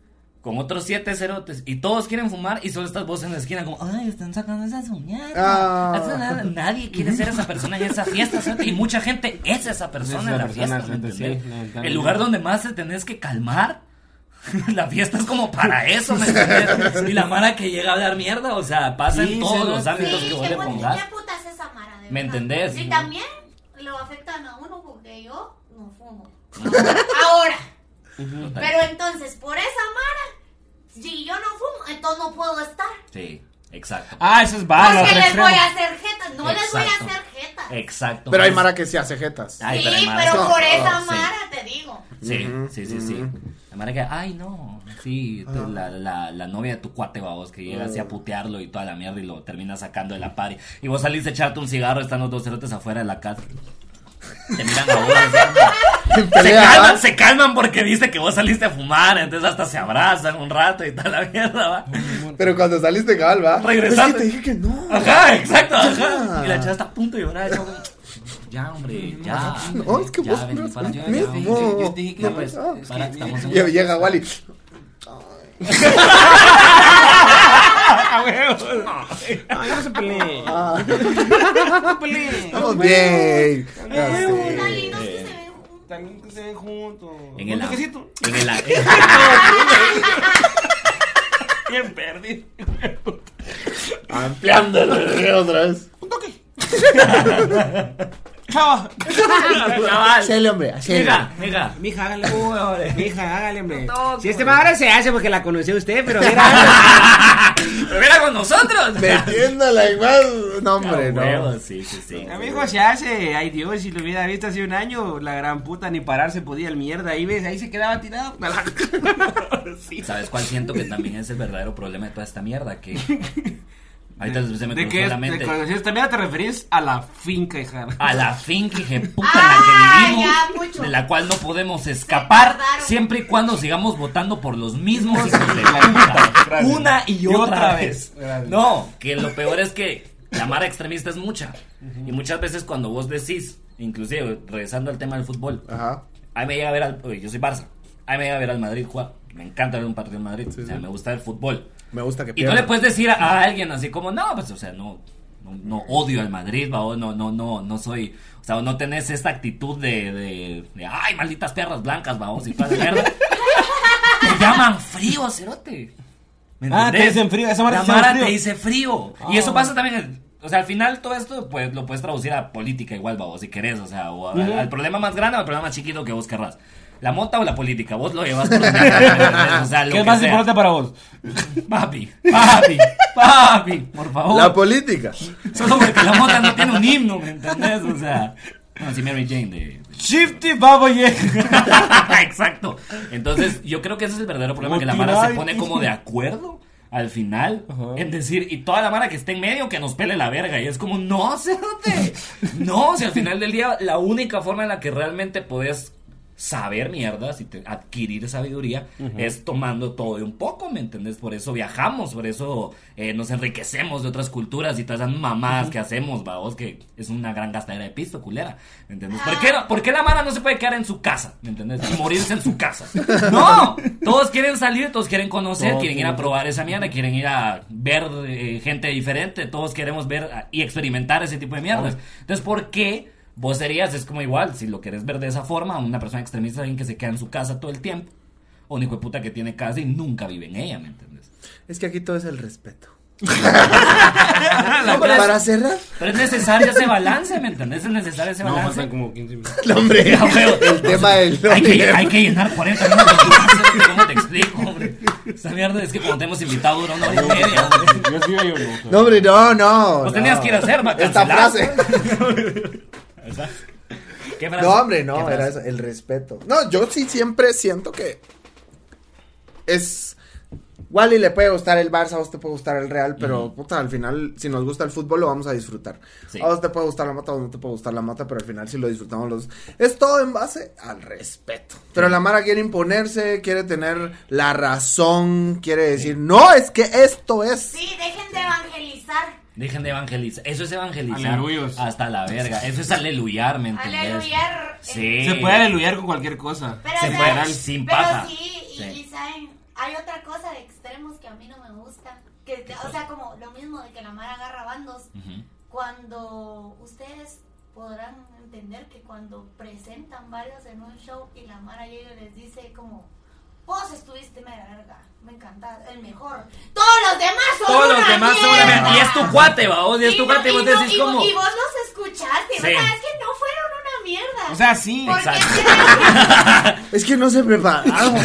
Speaker 1: con otros siete cerotes y todos quieren fumar y solo estás vos en la esquina como, ay, están sacando esa mierda.
Speaker 3: Ah.
Speaker 1: Eso nada- Nadie quiere ser esa persona en esa fiesta, cerote, y mucha gente es esa persona
Speaker 2: Es
Speaker 1: en
Speaker 2: la
Speaker 1: la
Speaker 2: persona,
Speaker 1: fiesta, ¿me
Speaker 2: cerote, sí,
Speaker 1: entendés?
Speaker 2: lamentablemente.
Speaker 1: El lugar donde más te tenés que calmar. La fiesta es como para eso, ¿me entiendes? Y la mara que llega a hablar mierda, o sea, pasa
Speaker 2: Sí,
Speaker 1: en todos
Speaker 2: cerote.
Speaker 1: los
Speaker 4: Sí,
Speaker 1: ámbitos que vos
Speaker 4: qué,
Speaker 1: le
Speaker 4: puta-
Speaker 1: pongas.
Speaker 4: qué putas es esa mara, de verdad.
Speaker 1: ¿Me entendés?
Speaker 4: Sí, también lo afectan a uno porque yo no fumo. Ahora. Pero entonces, por esa mara, si yo no fumo, entonces no puedo estar.
Speaker 1: Sí, exacto.
Speaker 2: Ah, eso es bala,
Speaker 4: porque
Speaker 2: otro
Speaker 4: Pues les
Speaker 2: extremo.
Speaker 4: voy a hacer jetas. No les voy a
Speaker 1: Exacto.
Speaker 4: hacer jetas.
Speaker 1: Exacto.
Speaker 3: Pero hay
Speaker 1: pues.
Speaker 3: Mara que se hace jetas.
Speaker 1: Ay, hay
Speaker 4: sí,
Speaker 1: Mara-
Speaker 4: pero
Speaker 3: No,
Speaker 4: por esa
Speaker 1: sí.
Speaker 4: mara te digo.
Speaker 1: Sí,
Speaker 3: Ujú, Ah.
Speaker 1: sí, sí, sí. La mara que, ay, no. Sí, te- la, la, la novia de tu cuate, babos, que llega así a putearlo y toda la mierda y lo termina sacando de la party. Y vos salís a echarte un cigarro, están los dos cerotes afuera de la casa. Te miran a vos. se
Speaker 3: Pelea,
Speaker 1: calman,
Speaker 3: ¿va?
Speaker 1: se calman porque dice que vos saliste a fumar, entonces hasta se abrazan un rato y tal la mierda, va.
Speaker 3: Pero cuando saliste Galva,
Speaker 1: Regresaste.
Speaker 3: Es que Pues te dije que no.
Speaker 1: Ajá, exacto, ajá.
Speaker 3: Ya.
Speaker 1: Y la chava está a punto de llorar. yo como, Ya, hombre, ya.
Speaker 3: No, es que
Speaker 1: ya,
Speaker 3: vos
Speaker 1: ven,
Speaker 3: no
Speaker 1: para,
Speaker 3: sos
Speaker 1: ya,
Speaker 3: mi-
Speaker 1: ya, ven.
Speaker 3: no. ah,
Speaker 2: Yo te dije que
Speaker 1: No, pues,
Speaker 2: no,
Speaker 1: para,
Speaker 2: es que-
Speaker 1: estamos en-
Speaker 3: Y llega Wally.
Speaker 2: Ah, huevo. Ay, no Ah. se peleen. No se peleen.
Speaker 3: Estamos bien.
Speaker 4: Tan
Speaker 3: Así.
Speaker 4: lindos que se ven juntos.
Speaker 2: También que se ven juntos.
Speaker 1: En el
Speaker 2: Un toquecito.
Speaker 1: En el
Speaker 2: Bien perdido.
Speaker 3: Ampliando el video otra vez.
Speaker 2: Un toque. Chava.
Speaker 1: Chaval.
Speaker 3: Hacele, hombre, hacele.
Speaker 1: Mira, mira.
Speaker 2: Mija, hágale. Mija, hágale, hombre. Si este madre se hace porque la conoció usted, pero mira.
Speaker 1: Pero mira con nosotros.
Speaker 3: Metiéndola igual. No, hombre,
Speaker 1: Ah,
Speaker 3: no.
Speaker 1: huevo, Sí, sí, sí.
Speaker 2: Amigo, se hace. Ay, Dios, si lo hubiera visto hace un año, la gran puta ni pararse podía el mierda. Ahí ves, ahí se quedaba tirado. Sí. pues,
Speaker 1: ¿Sabes cuál siento que también es el verdadero problema de toda esta mierda? Que Ahorita se me
Speaker 2: ¿De
Speaker 1: cruzó
Speaker 2: qué?
Speaker 1: la
Speaker 2: ¿De
Speaker 1: mente.
Speaker 2: conexiones? También te referís a la finca, hija.
Speaker 1: A la finca puta
Speaker 4: Ah,
Speaker 1: en la
Speaker 4: ya,
Speaker 1: que vivimos,
Speaker 4: mucho.
Speaker 1: de la cual no podemos escapar,
Speaker 4: tardaron.
Speaker 1: siempre y cuando sigamos votando por los mismos hijos de puta,
Speaker 2: Gracias.
Speaker 1: una y,
Speaker 2: Y
Speaker 1: otra,
Speaker 2: otra
Speaker 1: vez.
Speaker 2: vez. Gracias.
Speaker 1: No, que lo peor es que la mara extremista es mucha. Y muchas veces cuando vos decís, inclusive regresando al tema del fútbol,
Speaker 3: Ajá.
Speaker 1: Ahí me llega a ver al. uy, Yo soy Barça. Ahí me llega a ver al Madrid jugar. Me encanta ver un partido en Madrid. o sea, me gusta el fútbol.
Speaker 3: Me gusta que
Speaker 1: Y no le
Speaker 3: pierda.
Speaker 1: puedes decir a, a alguien así como, no, pues, o sea, no. No, no odio al Madrid, ¿va? O no, no, no, no soy, o sea, no tenés esta actitud de, de, de, ay, malditas perras blancas, vamos, y toda esa mierda. Te llaman frío, cerote. ¿Me
Speaker 2: Ah,
Speaker 1: entendés?
Speaker 2: te dicen frío, esa mara
Speaker 1: La
Speaker 2: te llama
Speaker 1: mara
Speaker 2: frío.
Speaker 1: te dice frío. Y
Speaker 2: Ah.
Speaker 1: eso pasa también, en- o sea, al final todo esto pues lo puedes traducir a política igual, vamos, si querés, o sea, o a- al, al problema más grande o al problema más chiquito que vos querrás. La mota o la política, vos lo llevas por donde querrás, o sea, lo
Speaker 2: ¿Qué
Speaker 1: que
Speaker 2: es más
Speaker 1: sea.
Speaker 2: importante para vos?
Speaker 1: Papi, papi, papi, por favor.
Speaker 3: La política.
Speaker 1: Solo porque la mota no tiene un himno, ¿me entendés? O sea, no, si Mary Jane de...
Speaker 2: Shifty Baba Yaga.
Speaker 1: Exacto. Entonces, yo creo que ese es el verdadero problema, que la mara se pone como de acuerdo al final
Speaker 2: Ajá.
Speaker 1: en decir, y toda la mara que esté en medio que nos pele la verga. Y es como, no, cerote. No, si al final del día la única forma en la que realmente podés saber mierdas y te- adquirir sabiduría es tomando todo de un poco, ¿me entendés? Por eso viajamos, por eso eh, nos enriquecemos de otras culturas y todas esas mamadas que hacemos, vaos, que es una gran gastadera de pisto, culera, ¿me entendés? ¿Por qué, no- por qué la mara no se puede quedar en su casa, ¿me entendés? Y morirse en su casa. ¡No! Todos quieren salir, todos quieren conocer,
Speaker 2: Todos
Speaker 1: quieren ir a
Speaker 2: quieren-
Speaker 1: probar esa mierda, quieren ir a ver eh, gente diferente, todos queremos ver ah, y experimentar ese tipo de mierdas. Entonces, ¿por qué vos serías? Es como igual, si lo querés ver de esa forma, una persona extremista, alguien que se queda en su casa todo el tiempo, o un hijo de puta que tiene casa y nunca vive en ella, ¿me entiendes?
Speaker 3: Es que aquí todo es el respeto.
Speaker 1: No, pero, es,
Speaker 3: Para cerrar.
Speaker 1: pero es necesario ese balance, ¿me entiendes? Es necesario ese
Speaker 2: No,
Speaker 1: balance.
Speaker 2: faltan como 15 minutos.
Speaker 3: No, hombre.
Speaker 1: Ya, pero-
Speaker 3: El tema del.
Speaker 1: Hay que, hay que llenar 40 minutos. ¿Cómo te explico, hombre? Esa mierda es que cuando te hemos invitado dura una hora y media, hombre.
Speaker 2: Yo sí yo no.
Speaker 3: No, hombre, no, no.
Speaker 1: Pues
Speaker 3: no.
Speaker 1: tenías que ir a hacer, va,
Speaker 3: Esta
Speaker 1: cancelar.
Speaker 3: frase.
Speaker 1: ¿Qué frase?
Speaker 3: No, hombre,
Speaker 1: ¿Qué
Speaker 3: no,
Speaker 1: frase?
Speaker 3: era eso, el respeto. No, yo sí siempre siento que es. Wally le puede gustar el Barça, a vos te puede gustar el Real, pero puta, al final, si nos gusta el fútbol, lo vamos a disfrutar.
Speaker 1: Sí.
Speaker 3: A vos te puede gustar la mata, a vos no te puede gustar la mata, pero al final, si lo disfrutamos los. Es todo en base al respeto. Pero la Mara quiere imponerse, quiere tener la razón, quiere decir, no, es que esto es.
Speaker 4: Sí, dejen de evangelizar.
Speaker 1: Dejen de evangelizar. Eso es evangelizar.
Speaker 2: Aleluyos.
Speaker 1: Hasta la verga. Eso es aleluyar, ¿me entendés?
Speaker 4: Aleluyar.
Speaker 1: Sí.
Speaker 2: Se puede aleluyar con cualquier cosa.
Speaker 4: Pero,
Speaker 1: Se
Speaker 4: o sea,
Speaker 1: puede dar sin
Speaker 4: pero
Speaker 1: paja.
Speaker 4: sí, y,
Speaker 1: Sí.
Speaker 4: y saben, hay otra cosa de extremos que a mí no me gusta. Que, o sea, como lo mismo de que la Mara agarra bandos.
Speaker 1: Ujú.
Speaker 4: Cuando ustedes podrán entender que cuando presentan varios en un show y la Mara llega y les dice como... Vos estuviste mera verga, me encantás, el mejor. Todos los demás son
Speaker 1: Todos
Speaker 4: una
Speaker 1: los demás son una
Speaker 4: mierda".
Speaker 1: mierda. Y es tu cuate, va. vos, Y es
Speaker 4: no-
Speaker 1: tu cuate. Y vos
Speaker 4: no-
Speaker 1: decís
Speaker 4: y
Speaker 1: como.
Speaker 4: Y vos los escuchaste,
Speaker 1: Sí.
Speaker 4: o sea, es que no fueron una mierda.
Speaker 2: O sea, sí.
Speaker 4: ¿Por qué
Speaker 1: exacto.
Speaker 4: crees
Speaker 3: Es que no se prepararon.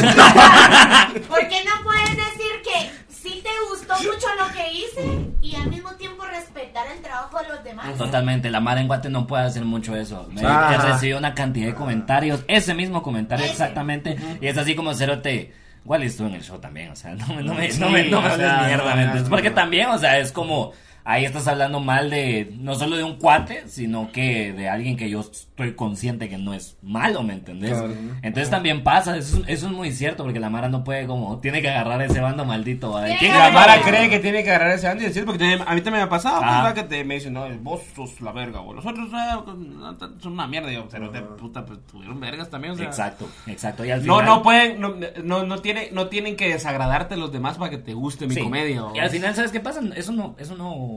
Speaker 4: que- ¿Por qué no puedes decir que sí te gustó mucho lo que hice y al mismo tiempo respetar el trabajo de los demás?
Speaker 1: Totalmente, la Mara en Guate no puede hacer mucho eso. Me
Speaker 3: Ah.
Speaker 1: he recibido una cantidad de comentarios, ese mismo comentario
Speaker 4: Ese.
Speaker 1: exactamente, y es así como Cerote. Igual estuvo en el show también, o sea, no, me- no me, no me,
Speaker 2: Sí,
Speaker 1: no me
Speaker 2: o
Speaker 1: hables
Speaker 2: sea,
Speaker 1: mierda,
Speaker 2: no me
Speaker 1: ¿me entiendes?
Speaker 2: hagas
Speaker 1: Porque
Speaker 2: mierda.
Speaker 1: también, o sea, es como, ahí estás hablando mal de, no solo de un cuate, sino que de alguien que yo estoy consciente que no es malo, ¿me entendés?
Speaker 2: Claro.
Speaker 1: Entonces también pasa, eso, es- eso es muy cierto, porque la Mara no puede como, tiene que agarrar ese bando maldito, ¿vale?
Speaker 4: Tiene
Speaker 1: Tiene
Speaker 4: que
Speaker 1: que
Speaker 2: La
Speaker 4: agarrar
Speaker 2: Mara
Speaker 1: agarrar-
Speaker 2: cree que tiene que agarrar ese Andy y decir, porque te- a mí también me ha pasado, pues,
Speaker 1: Ah.
Speaker 2: ¿verdad? que te, me dicen, no, vos sos la verga, o los otros eh, son una mierda, y yo, pero de puta, pues tuvieron vergas también, o sea.
Speaker 1: Exacto, exacto, y al
Speaker 2: No,
Speaker 1: final...
Speaker 2: no pueden, no, no, no, tiene, no tienen que desagradarte los demás para que te guste mi
Speaker 1: Sí.
Speaker 2: comedia. o-
Speaker 1: Y al final, ¿sabes qué pasa? Eso no, eso no,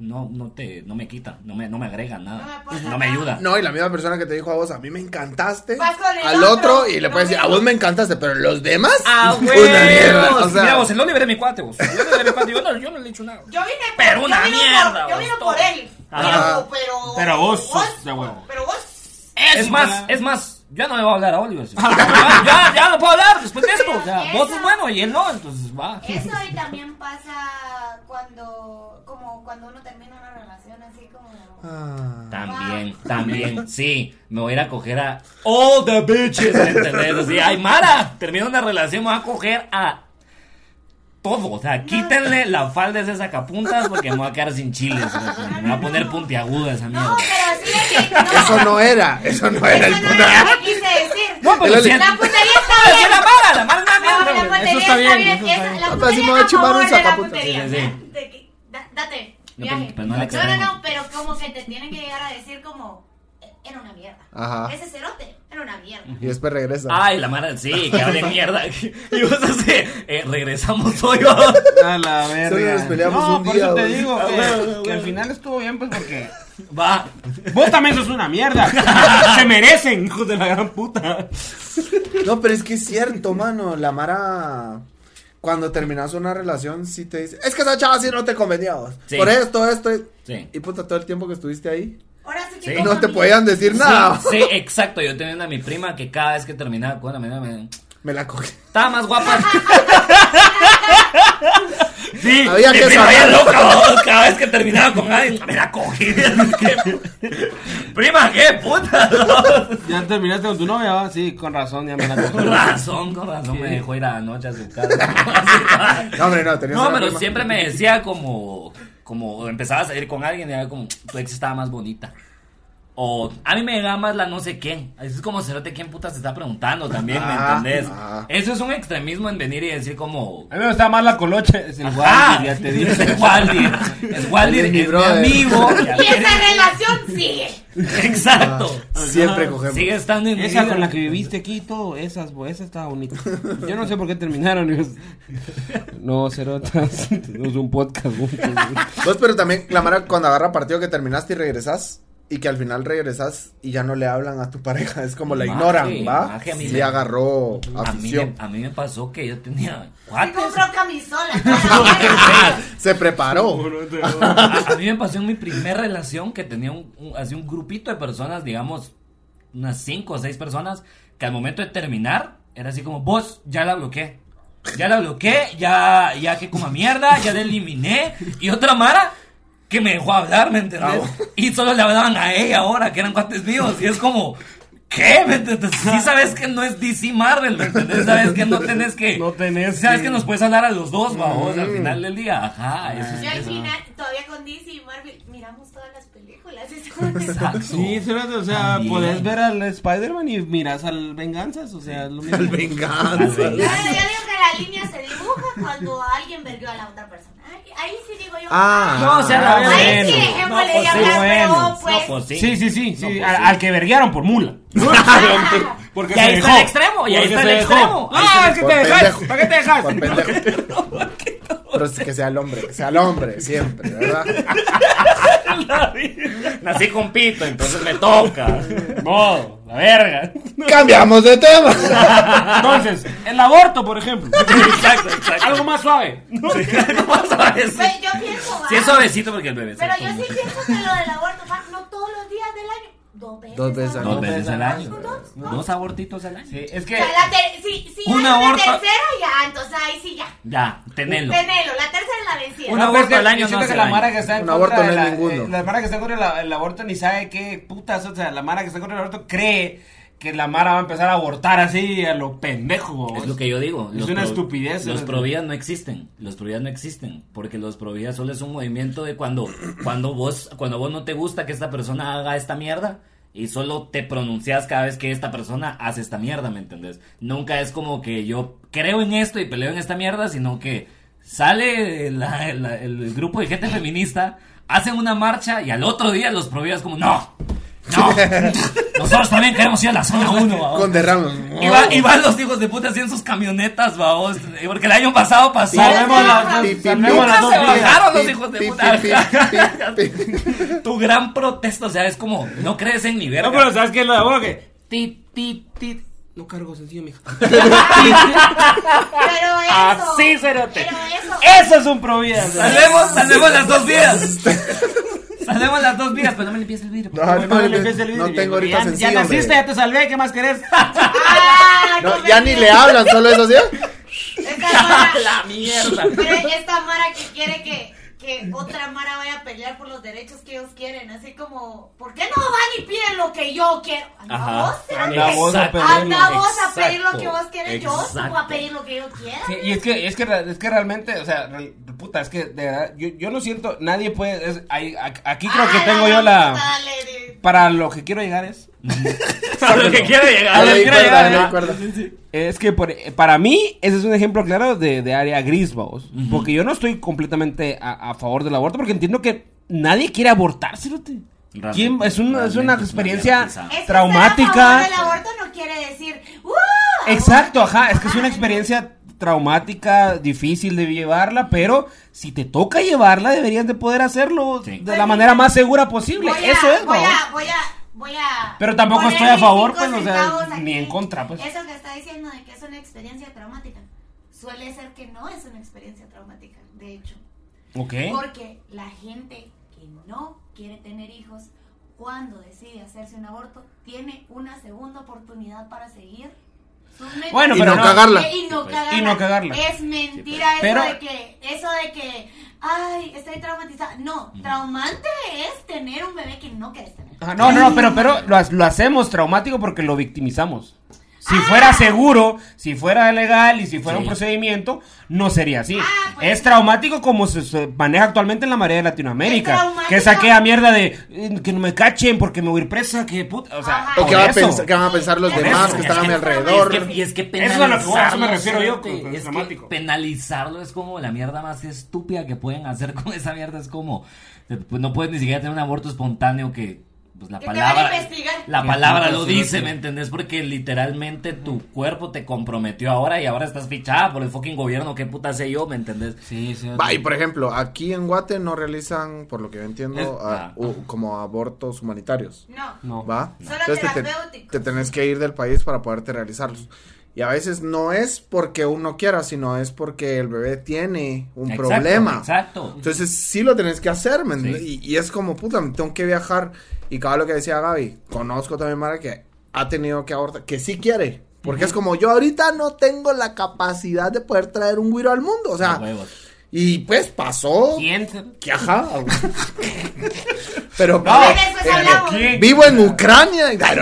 Speaker 1: no, no te, no me quita, no me, no me agrega
Speaker 4: No me
Speaker 1: nada,
Speaker 4: aporta
Speaker 1: no me
Speaker 4: nada.
Speaker 1: ayuda.
Speaker 3: No, y la misma persona que te dijo a vos, a mí me encantaste.
Speaker 4: Vas con el
Speaker 3: Al otro,
Speaker 4: otro,
Speaker 3: y le
Speaker 4: lo
Speaker 3: puedes decir, a
Speaker 4: mismo.
Speaker 3: vos me encantaste, pero los demás.
Speaker 1: ¡Ah,
Speaker 3: Una
Speaker 1: huevos!
Speaker 3: mierda, o sea.
Speaker 1: Mira, vos, el Oliver es mi cuate, vos. El Oliver es mi cuate, yo no, yo no le he hecho nada.
Speaker 4: Yo vine por,
Speaker 1: Pero
Speaker 4: yo
Speaker 1: una
Speaker 4: vine
Speaker 1: mierda, Ah.
Speaker 4: por- yo
Speaker 1: vos,
Speaker 4: vine
Speaker 1: todo.
Speaker 4: por él.
Speaker 3: Ajá.
Speaker 4: Pero, pero,
Speaker 2: Pero vos sos de huevo.
Speaker 4: Pero vos.
Speaker 1: Es más, es más, ya no le voy a hablar a Oliver. ¿sí? ya, ya, ya no puedo hablar después de esto. O sea, vos es bueno y él no, entonces va.
Speaker 4: Eso y también pasa cuando, como cuando uno termina una relación así como.
Speaker 3: Ah.
Speaker 1: También, también, sí. Me voy a ir a coger a all the bitches, ¿me entendés? Así, ay, Mara, termino una relación, me voy a coger a todo. O sea, quítenle la falda de esas capuntas porque me voy a quedar sin chiles. güey. Me voy a poner puntiaguda esa
Speaker 4: No,
Speaker 1: mierda.
Speaker 4: pero así de que no.
Speaker 3: Eso no era, eso no era el
Speaker 4: Eso no era lo que quise decir.
Speaker 1: No, pues, pero
Speaker 3: El
Speaker 1: si
Speaker 3: ale-
Speaker 4: La puntería está
Speaker 1: ¡Ah, sí,
Speaker 4: bien.
Speaker 1: la mala, la mala es
Speaker 4: No,
Speaker 1: una
Speaker 4: la
Speaker 1: mierda, güey.
Speaker 4: puntería
Speaker 5: Eso está bien, eso está
Speaker 4: esa-
Speaker 5: bien.
Speaker 4: La
Speaker 3: Papá, sí
Speaker 4: puntería
Speaker 3: me voy a
Speaker 4: está
Speaker 3: chupar un
Speaker 4: favor de la
Speaker 3: zapaputa.
Speaker 4: puntería.
Speaker 1: Sí, sí, sí.
Speaker 4: De que- da- Date,
Speaker 1: No,
Speaker 4: viaje.
Speaker 1: pero- pero no le
Speaker 4: no, no,
Speaker 1: extremo.
Speaker 4: no, pero como que te tienen que llegar a decir como, "Eh, era una mierda.
Speaker 3: Ajá.
Speaker 4: Ese cerote era una mierda.
Speaker 1: Mm.
Speaker 3: Y después regresa.
Speaker 1: Ay, la mala, sí, que hable mierda. Y vos así, eh, regresamos hoy. va.
Speaker 2: A la verga.
Speaker 3: nos peleamos
Speaker 2: no,
Speaker 3: un
Speaker 2: por
Speaker 3: día,
Speaker 2: eso te
Speaker 3: güey.
Speaker 2: digo
Speaker 1: Ah,
Speaker 2: que,
Speaker 1: bueno, bueno,
Speaker 2: que al
Speaker 1: bueno.
Speaker 2: final estuvo bien, pues porque.
Speaker 1: Va.
Speaker 2: Vos también sos una mierda. Se merecen, hijos de la gran puta.
Speaker 3: No, pero es que es cierto, mano. La Mara, cuando terminas una relación, sí te dice: Es que esa chava sí no te convenía a vos.
Speaker 1: Sí.
Speaker 3: Por esto, esto. y-".
Speaker 1: Sí.
Speaker 3: Y puta, todo el tiempo que estuviste ahí,
Speaker 4: Ahora sí que
Speaker 1: Sí.
Speaker 4: como
Speaker 3: no te
Speaker 4: amigo-
Speaker 3: podían decir nada.
Speaker 1: Sí, sí, exacto. Yo tenía una mi prima que cada vez que terminaba con la mañana me
Speaker 3: Me la cogí.
Speaker 1: estaba más guapa. Sí,
Speaker 3: Había
Speaker 1: mi
Speaker 3: que
Speaker 1: prima
Speaker 3: saber.
Speaker 1: bien loca, vos, cada vez que terminaba con alguien, me la cogí. ¿Qué? Prima, qué puta. vos?
Speaker 2: Ya terminaste con tu novia, ¿va? Sí, con razón, ya me la
Speaker 1: Con
Speaker 2: tocó.
Speaker 1: razón, con razón me dejó ir anoche a su casa.
Speaker 3: No, hombre, no, tenías
Speaker 1: No,
Speaker 3: una
Speaker 1: pero
Speaker 3: prima.
Speaker 1: siempre me decía como, como empezaba a salir con alguien y era como, tu ex estaba más bonita. O a mí me llegaba más la no sé quién. Es como cerote quién puta se está preguntando también, ¿me
Speaker 3: Ah,
Speaker 1: entendés?
Speaker 3: ah.
Speaker 1: Eso es un extremismo en venir y decir como.
Speaker 2: A mí me gustaba más la coloche. Es el
Speaker 1: "Ajá,
Speaker 2: Waldir, ya te
Speaker 1: Es
Speaker 2: dije.
Speaker 1: el Waldir. Es Waldir,
Speaker 3: Es
Speaker 1: es
Speaker 3: mi
Speaker 1: mi,
Speaker 3: brother.
Speaker 1: amigo.
Speaker 4: Y esa relación sigue.
Speaker 1: Exacto.
Speaker 3: Siempre cogemos.
Speaker 1: Sigue estando en mi
Speaker 2: Ah. Esa
Speaker 1: vida.
Speaker 2: con la que viviste aquí y todo, esas, bo- esa estaba bonita. Yo no sé por qué terminaron. y yo- No, Cerotas, tenemos un podcast juntos.
Speaker 3: Vos, Pues, pero también la Mara, cuando agarra partido que terminaste y regresas. Y que al final regresas y ya no le hablan a tu pareja. Es como la
Speaker 1: Maje,
Speaker 3: ignoran, ¿va?
Speaker 1: maje, a mí
Speaker 3: Sí
Speaker 1: me-
Speaker 3: agarró
Speaker 1: A mí, me,
Speaker 3: afición.
Speaker 1: a mí me pasó que yo tenía
Speaker 4: Se
Speaker 1: cuatro.
Speaker 4: compró camisola. Ajá.
Speaker 3: Se preparó.
Speaker 1: a, a mí me pasó en mi primer relación que tenía un, un- así un grupito de personas, digamos, unas cinco o seis personas, que al momento de terminar era así como, vos, ya la bloqueé. Ya la bloqueé, ya, ya que como mierda, ya la eliminé. Y otra Mara que me dejó hablar, ¿me
Speaker 2: Ah,
Speaker 1: entendés? Y solo le hablaban a ella ahora, que eran cuates míos. Y es como, ¿qué? ¿Me entendés? Sí sabes que no es DC Marvel, ¿me entendés? Sabes que no tenés que...
Speaker 2: No tenés
Speaker 1: Sabes
Speaker 2: que- Mm.
Speaker 1: que nos puedes hablar a los dos, vamos, al final del día. Ajá, eso es-
Speaker 4: Yo al final, todavía con DC y Marvel, miramos todas las películas. Es como que-
Speaker 1: Exacto.
Speaker 2: Sí, Cerotas, o sea,
Speaker 1: También.
Speaker 2: podés ver al Spider-Man y miras al Venganzas, o sea, es lo mismo.
Speaker 3: Al venganza.
Speaker 4: Claro, yo digo que la línea se dibuja cuando alguien verguió a la otra persona. Ay, Ahí sí digo yo.
Speaker 3: Ah.
Speaker 1: No, o sea, la
Speaker 4: ay,
Speaker 1: verdad.
Speaker 4: ahí
Speaker 2: bueno.
Speaker 4: sí dejémosle
Speaker 1: No,
Speaker 4: de
Speaker 1: pues sí,
Speaker 4: hablar,
Speaker 2: bueno.
Speaker 4: pero pues.
Speaker 1: No, pues sí.
Speaker 2: Sí, sí, sí, sí,
Speaker 1: No, pues,
Speaker 2: al,
Speaker 1: sí.
Speaker 2: al que verguearon por mula.
Speaker 4: ah,
Speaker 2: Porque
Speaker 1: Y ahí está el extremo, y ahí
Speaker 2: Porque
Speaker 1: está
Speaker 2: se
Speaker 1: el
Speaker 2: dejó.
Speaker 1: extremo.
Speaker 2: Ah, es que
Speaker 3: Por
Speaker 2: te dejas.
Speaker 3: pendejo.
Speaker 2: ¿Para qué te dejas?
Speaker 3: Por pendejo. Pero es que sea el hombre, que sea el hombre, siempre, ¿verdad?
Speaker 1: Nací con pito, entonces me toca.
Speaker 2: No, la verga.
Speaker 3: Cambiamos de tema.
Speaker 2: Entonces, el aborto, por ejemplo.
Speaker 1: exacto, exacto.
Speaker 2: Algo más suave.
Speaker 1: ¿Cómo vas a decir?
Speaker 4: pues, yo pienso, va.
Speaker 1: Sí, es suavecito porque el bebé se
Speaker 4: Pero yo
Speaker 1: come.
Speaker 4: sí pienso que lo del aborto, va, no todos los días del año. Dos veces.
Speaker 3: Dos veces
Speaker 1: Dos
Speaker 3: al
Speaker 1: veces al año.
Speaker 4: Dos, ¿no?
Speaker 1: Dos abortitos al año.
Speaker 2: es
Speaker 4: O sea, la ter- sí, sí,
Speaker 1: Un
Speaker 4: hay una
Speaker 1: aborto-
Speaker 4: tercera ya, entonces ahí sí ya.
Speaker 1: Ya, tenelo.
Speaker 4: Tenelo, la tercera es la vencida.
Speaker 1: Un Una- aborto al año no
Speaker 2: siento
Speaker 1: hace
Speaker 2: que la
Speaker 1: daño.
Speaker 2: mara que está en
Speaker 3: Un
Speaker 2: contra
Speaker 3: aborto
Speaker 2: de
Speaker 3: no
Speaker 2: la,
Speaker 3: es ninguno.
Speaker 2: eh, la mara que está en contra del el aborto ni sabe qué putas, o sea, la mara que está en contra del aborto cree que la mara va a empezar a abortar así a lo pendejo.
Speaker 1: Es lo que yo digo.
Speaker 2: Es
Speaker 1: Los
Speaker 2: una
Speaker 1: pro-
Speaker 2: estupidez, ¿eh?
Speaker 1: Los
Speaker 2: ¿no?
Speaker 1: providas no existen. Los providas no existen. Porque los providas solo es un movimiento de cuando, cuando vos, cuando vos no te gusta que esta persona haga esta mierda. Y solo te pronuncias cada vez que esta persona hace esta mierda, ¿me entendés? Nunca es como que yo creo en esto y peleo en esta mierda, sino que sale la- la- el grupo de gente feminista, hacen una marcha y al otro día los providas como, no, no, nosotros también queremos ir a la zona 1.
Speaker 3: Con derramos.
Speaker 1: Y, va-
Speaker 2: Ah.
Speaker 1: y van los hijos de puta así en sus camionetas, vaos. Porque el año pasado pasó.
Speaker 2: Salvemos
Speaker 4: Pi,
Speaker 2: las
Speaker 3: pi,
Speaker 2: dos.
Speaker 3: pi,
Speaker 2: Salvemos
Speaker 3: pi,
Speaker 1: Nunca
Speaker 2: las
Speaker 1: se
Speaker 2: dos vidas.
Speaker 1: bajaron los
Speaker 3: Pi,
Speaker 1: hijos de
Speaker 3: pi,
Speaker 1: puta.
Speaker 3: pi, pi, pi, pi.
Speaker 1: Tu gran protesta, o sea, es como, no crees en mi verga.
Speaker 2: No, pero ¿sabes qué? Lo de aborto que... Ti, ti, ti. No cargo sencillo, mija.
Speaker 4: Pero eso.
Speaker 2: Así, cerote.
Speaker 4: Pero eso.
Speaker 2: Eso es un provida.
Speaker 1: Salvemos, salvemos las dos vidas.
Speaker 2: Este.
Speaker 1: Salvemos las dos vidas, pero no me limpies el vidrio.
Speaker 3: Ah, No, no,
Speaker 2: le
Speaker 3: no,
Speaker 2: limpies el vidrio.
Speaker 3: no tengo ahorita
Speaker 2: Ya-
Speaker 3: sencillo.
Speaker 2: Ya
Speaker 3: hombre.
Speaker 2: naciste, ya te salvé, ¿qué más querés?
Speaker 4: Ah,
Speaker 3: No, ya ni
Speaker 4: conveniente.
Speaker 3: le hablan, solo eso, ¿sí?
Speaker 4: Esta mara,
Speaker 1: mierda.
Speaker 4: pero esta mara que quiere que que otra Mara vaya a pelear por los derechos que ellos quieren. Así como, ¿por qué no van y piden lo que yo quiero? Anda
Speaker 1: Ajá.
Speaker 4: vos, Sergio.
Speaker 2: Anda vos a
Speaker 1: Exacto.
Speaker 2: pedirlo.
Speaker 4: Anda vos a pedir lo
Speaker 1: Exacto.
Speaker 4: que vos quieres. Yo os voy a
Speaker 1: Exacto.
Speaker 4: pedir lo que yo quiera.
Speaker 2: Sí, y es que, es que re- es que realmente, o sea, re- puta, es que de verdad, yo, yo no siento, nadie puede, es- ahí- a- aquí creo que
Speaker 4: Ah,
Speaker 2: tengo yo la,
Speaker 4: dale, de-
Speaker 2: para lo que quiero llegar es,
Speaker 1: A lo que quiere
Speaker 2: A
Speaker 1: llegar.
Speaker 2: ver,
Speaker 3: Ahí
Speaker 2: mira,
Speaker 3: cuerda,
Speaker 2: mira,
Speaker 3: ahí cuerda.
Speaker 2: es que por- para mí ese es un ejemplo claro de, de área gris, vamos, porque yo no estoy completamente a, a favor del aborto, porque entiendo que nadie quiere abortar, cerote.
Speaker 1: Realmente,
Speaker 2: ¿Quién- es, una,
Speaker 1: realmente
Speaker 2: es una
Speaker 1: es una
Speaker 2: experiencia
Speaker 1: mierda esa.
Speaker 4: Es que estar a
Speaker 2: traumática.
Speaker 4: favor del aborto no quiere decir, "Uh,
Speaker 2: Exacto, ajá, es que es una
Speaker 4: Ay,
Speaker 2: experiencia traumática, difícil de llevarla, pero si te toca llevarla, deberías de poder hacerlo
Speaker 1: Sí.
Speaker 2: de la manera más segura posible.
Speaker 4: voy a-
Speaker 2: Eso es,
Speaker 4: voy
Speaker 2: ¿no?
Speaker 4: a, voy a, voy a
Speaker 2: Pero tampoco
Speaker 4: poner
Speaker 2: estoy a
Speaker 4: mis
Speaker 2: favor,
Speaker 4: cinco
Speaker 2: pues, o sea,
Speaker 4: centavos aquí.
Speaker 2: ni en contra, pues.
Speaker 4: Eso que está diciendo de que es una experiencia traumática. Suele ser que no es una experiencia traumática, de hecho.
Speaker 2: Ok.
Speaker 4: Porque la gente que no quiere tener hijos, cuando decide hacerse un aborto, tiene una segunda oportunidad para seguir. sus metas.
Speaker 2: Bueno,
Speaker 3: Y
Speaker 2: pero
Speaker 3: no
Speaker 2: no.
Speaker 3: cagar. cagarla.
Speaker 4: Y no
Speaker 1: Sí, pues.
Speaker 4: cagarla.
Speaker 2: Y no cagarla.
Speaker 4: Es mentira
Speaker 2: Sí, pues.
Speaker 4: eso
Speaker 2: Pero-
Speaker 4: de que, eso de que, ay, estoy traumatizada. No, traumante es tener un bebé que no querés tener.
Speaker 2: Ajá, No, no, no, pero, pero lo, ha- lo hacemos traumático porque lo victimizamos.
Speaker 4: Ah.
Speaker 2: Si fuera seguro, si fuera legal y si fuera un
Speaker 1: Sí.
Speaker 2: procedimiento, no sería así.
Speaker 4: Ah, pues
Speaker 2: es
Speaker 4: sí.
Speaker 2: traumático como se, se maneja actualmente en la mayoría de
Speaker 4: Es
Speaker 2: Latinoamérica.
Speaker 4: traumático.
Speaker 2: Que saqué a mierda de eh, que no me cachen porque me voy a ir presa, que puta. O sea,
Speaker 4: Ajá.
Speaker 3: O
Speaker 2: por
Speaker 3: que van, a
Speaker 2: eso.
Speaker 3: pensar, que van a pensar los
Speaker 4: Por
Speaker 3: demás
Speaker 1: eso.
Speaker 3: que están a mi
Speaker 4: Es que-
Speaker 3: alrededor.
Speaker 1: Es que- y es que
Speaker 2: Eso es a lo que voy, a eso me
Speaker 1: penalizarlo,
Speaker 2: refiero yo,
Speaker 1: fíjate,
Speaker 2: con- con
Speaker 1: es que
Speaker 2: dramático.
Speaker 1: penalizarlo es como la mierda más estúpida que pueden hacer con esa mierda. Es como, eh, pues no puedes ni siquiera tener un aborto espontáneo que, pues la
Speaker 4: Que te van a
Speaker 1: palabra.
Speaker 4: investigar.
Speaker 1: La
Speaker 2: Qué
Speaker 1: palabra
Speaker 2: puta
Speaker 1: lo
Speaker 2: suerte.
Speaker 1: dice, ¿me entendés? Porque literalmente tu cuerpo te comprometió ahora y ahora estás fichada por el fucking gobierno. ¿Qué puta sé yo, me entendés?
Speaker 2: Sí, sí.
Speaker 3: Va, y por ejemplo, aquí en Guate no realizan, por lo que yo entiendo,
Speaker 2: Es-
Speaker 3: a-
Speaker 1: ah.
Speaker 3: u- como abortos humanitarios.
Speaker 4: No.
Speaker 2: No.
Speaker 3: ¿Va?
Speaker 4: Solo
Speaker 3: te, te-
Speaker 4: terapéuticos.
Speaker 3: te tenés que ir del país para poderte realizarlos. Y a veces no es porque uno quiera, sino es porque el bebé tiene un
Speaker 1: Exacto,
Speaker 3: problema.
Speaker 1: Exacto.
Speaker 3: Entonces sí lo tenés que hacer, ¿me entiendes?
Speaker 1: Sí.
Speaker 3: y, y es como, puta, me tengo que viajar. Y cada lo que decía Gaby, conozco también Mara que ha tenido que abortar, que sí quiere. Porque es como, yo ahorita no tengo la capacidad de poder traer un güiro al mundo. O sea,
Speaker 1: Huevos.
Speaker 3: y pues pasó.
Speaker 2: ¿Quién?
Speaker 3: Que ajá. Pero
Speaker 4: No, después hablamos.
Speaker 2: ¿Quién?
Speaker 3: vivo en Ucrania. y- Ay,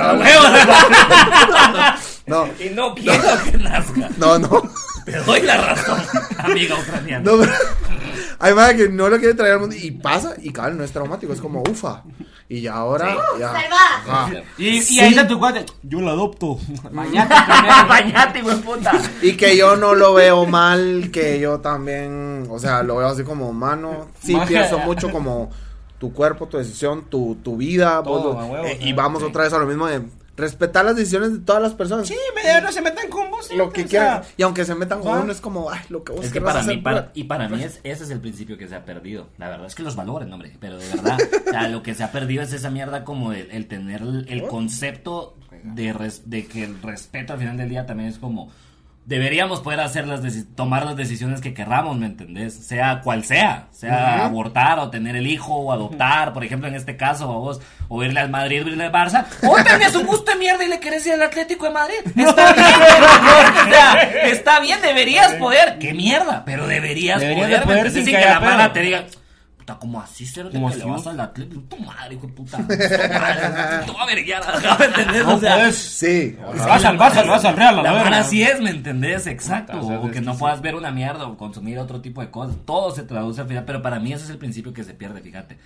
Speaker 3: no, no,
Speaker 1: Y no quiero que nazca.
Speaker 3: no, no.
Speaker 1: Te doy la razón, amiga ucraniana.
Speaker 3: No, pero- Hay más que no lo quiere traer al mundo. Y pasa, y cabal, no es traumático, es como ufa. Y ya ahora. ya.
Speaker 4: Salvada.
Speaker 3: Ajá.
Speaker 2: Y, y
Speaker 3: Sí.
Speaker 2: ahí está tu cuate. Yo la adopto. Mañana.
Speaker 1: Bañate, güey, puta.
Speaker 3: Y que yo no lo veo mal, que yo también, o sea, lo veo así como humano. Sí,
Speaker 2: Maje.
Speaker 3: pienso mucho como tu cuerpo, tu decisión, tu, tu vida. vos
Speaker 2: Todo,
Speaker 3: lo-
Speaker 2: a huevo,
Speaker 3: eh,
Speaker 2: sí.
Speaker 3: y vamos otra vez a lo mismo de respetar las decisiones de todas las personas.
Speaker 2: Sí, medio no se metan con vos.
Speaker 3: lo que
Speaker 2: o sea,
Speaker 3: quieran. Y aunque se metan con
Speaker 2: ajá.
Speaker 3: uno, es como, ay, lo que vos
Speaker 1: Es que
Speaker 3: querrás
Speaker 1: para
Speaker 3: hacer,
Speaker 1: mí, para-
Speaker 3: pura-
Speaker 1: y para mí es, ese es el principio que se ha perdido. La verdad es que los valores, hombre. Pero de verdad, o sea, lo que se ha perdido es esa mierda como el, el tener el, el concepto de, res- de que el respeto al final del día también es como. Deberíamos poder hacer las deci- tomar las decisiones que querramos, ¿me entendés? Sea cual sea, sea abortar o tener el hijo o adoptar, por ejemplo, en este caso, a vos, o irle al Madrid, o irle al Barça, o tenés un gusto de mierda y le querés ir al Atlético de Madrid. Está bien, pero, o sea, está bien, deberías poder. ¿Qué mierda? Pero deberías
Speaker 2: Deberías
Speaker 1: poder,
Speaker 2: de poder
Speaker 1: ¿me entendés?
Speaker 2: sin
Speaker 1: sin
Speaker 2: que
Speaker 1: que la
Speaker 2: haya
Speaker 1: mala
Speaker 2: pedo.
Speaker 1: te diga, puta, ¿cómo así, cero, que
Speaker 2: ¿Cómo
Speaker 1: le
Speaker 2: así?
Speaker 1: vas al Atlético? Tu madre, hijo de puta, tu madre, te voy a verguear, ¿me entendés?
Speaker 2: No
Speaker 1: O sea,
Speaker 2: podés.
Speaker 3: Sí.
Speaker 2: Vas al Barça, le vas al Real, a Ah, pues. la
Speaker 1: la
Speaker 2: verga.
Speaker 1: vara sí es, ¿me entendés? Exacto.
Speaker 2: Puta, Ah, o sea,
Speaker 1: o
Speaker 2: es
Speaker 1: que
Speaker 2: que
Speaker 1: no
Speaker 2: sí.
Speaker 1: puedas ver una mierda o consumir otro tipo de cosas. Todo se traduce al final. Pero para mí ese es el principio que se pierde, fíjate.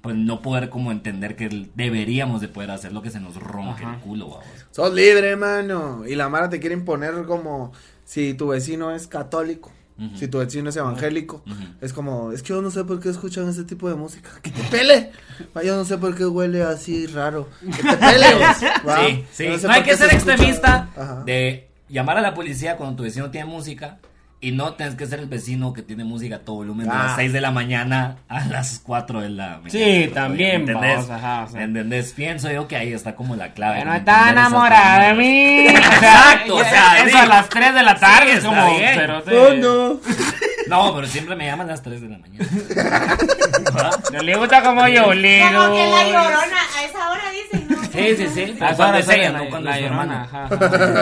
Speaker 1: Pues no poder como entender que el- deberíamos de poder hacer lo que se nos ronque el culo, vamos.
Speaker 3: Sos libre, mano. Y la Mara te quiere imponer como si tu vecino es católico. Si tu vecino es evangélico, es como, es que yo no sé por qué escuchan ese tipo de música. ¡Que te pele! Va, Yo no sé por qué huele así raro. ¡Que te pele! vos! Va,
Speaker 1: Sí, sí.
Speaker 3: yo
Speaker 1: No,
Speaker 3: sé
Speaker 1: hay
Speaker 3: por
Speaker 1: que
Speaker 3: qué
Speaker 1: ser
Speaker 3: se escucha-
Speaker 1: extremista
Speaker 3: Ajá.
Speaker 1: de llamar a la policía cuando tu vecino tiene música y no tienes que ser el vecino que tiene música a todo volumen de
Speaker 3: Ah.
Speaker 1: las 6 de la mañana a las 4 de la mañana.
Speaker 2: Sí, también,
Speaker 1: ¿Me ¿Entendés?
Speaker 2: vamos, ajá, o sea.
Speaker 1: ¿Me ¿Entendés? Pienso yo que ahí está como la clave.
Speaker 2: No
Speaker 1: como
Speaker 2: está
Speaker 1: entender esas
Speaker 2: enamorada de
Speaker 1: cosas.
Speaker 2: mí.
Speaker 1: Exacto, o sea,
Speaker 2: eso
Speaker 1: sí.
Speaker 2: a las 3 de la tarde
Speaker 1: Sí,
Speaker 2: es
Speaker 1: está
Speaker 2: como.
Speaker 1: bien.
Speaker 2: pero te-
Speaker 3: ¡Oh, no!
Speaker 1: No, pero siempre me llaman a las 3 de la mañana. ¿Verdad?
Speaker 2: No le gusta como yo, le
Speaker 4: Como que la llorona a esa hora dicen, no, que
Speaker 1: Sí, sí, sí.
Speaker 2: Ah,
Speaker 1: cuando
Speaker 2: ahora
Speaker 1: es
Speaker 2: sale
Speaker 1: ella,
Speaker 2: la-
Speaker 1: no cuando
Speaker 2: la
Speaker 1: es su
Speaker 2: llorona,
Speaker 1: hermana.
Speaker 2: ajá, ajá,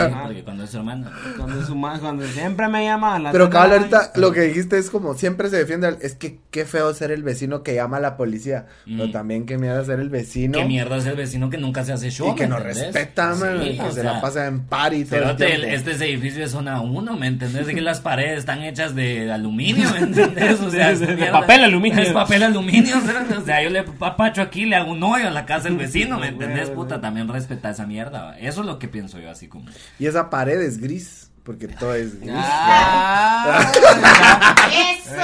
Speaker 2: ajá.
Speaker 1: Porque cuando es su hermana.
Speaker 2: Cuando su ma- cuando siempre me llama a la
Speaker 3: Pero
Speaker 2: teta,
Speaker 3: cabal, ahorita lo que dijiste es como siempre se defiende. al- Es que qué feo ser el vecino que llama a la policía. Pero
Speaker 1: Mm.
Speaker 3: también qué mierda ser el vecino.
Speaker 1: Qué mierda es el vecino que nunca se hace show.
Speaker 3: Y que
Speaker 1: ¿me
Speaker 3: no
Speaker 1: entendés?
Speaker 3: respeta, man,
Speaker 1: Sí,
Speaker 3: y que
Speaker 1: o
Speaker 3: se
Speaker 1: sea,
Speaker 3: la pasa en party todo
Speaker 1: Pero
Speaker 3: el tiempo.
Speaker 1: este es edificio es zona 1, ¿me entendés? Que las paredes están hechas de aluminio, ¿me entendés? O sea,
Speaker 2: Sí,
Speaker 1: es
Speaker 2: sí, de
Speaker 1: mierda.
Speaker 2: papel aluminio.
Speaker 1: Es papel aluminio, ¿sabes? o sea, yo le apacho aquí, le hago un hoyo a la casa del vecino, ¿me
Speaker 2: Sí,
Speaker 1: entendés?
Speaker 2: güey,
Speaker 1: Puta,
Speaker 2: güey.
Speaker 1: también respeta esa mierda. ¿va? Eso es lo que pienso yo, así como.
Speaker 3: Y esa pared es gris, porque todo es gris.
Speaker 2: Ah,
Speaker 4: Eso.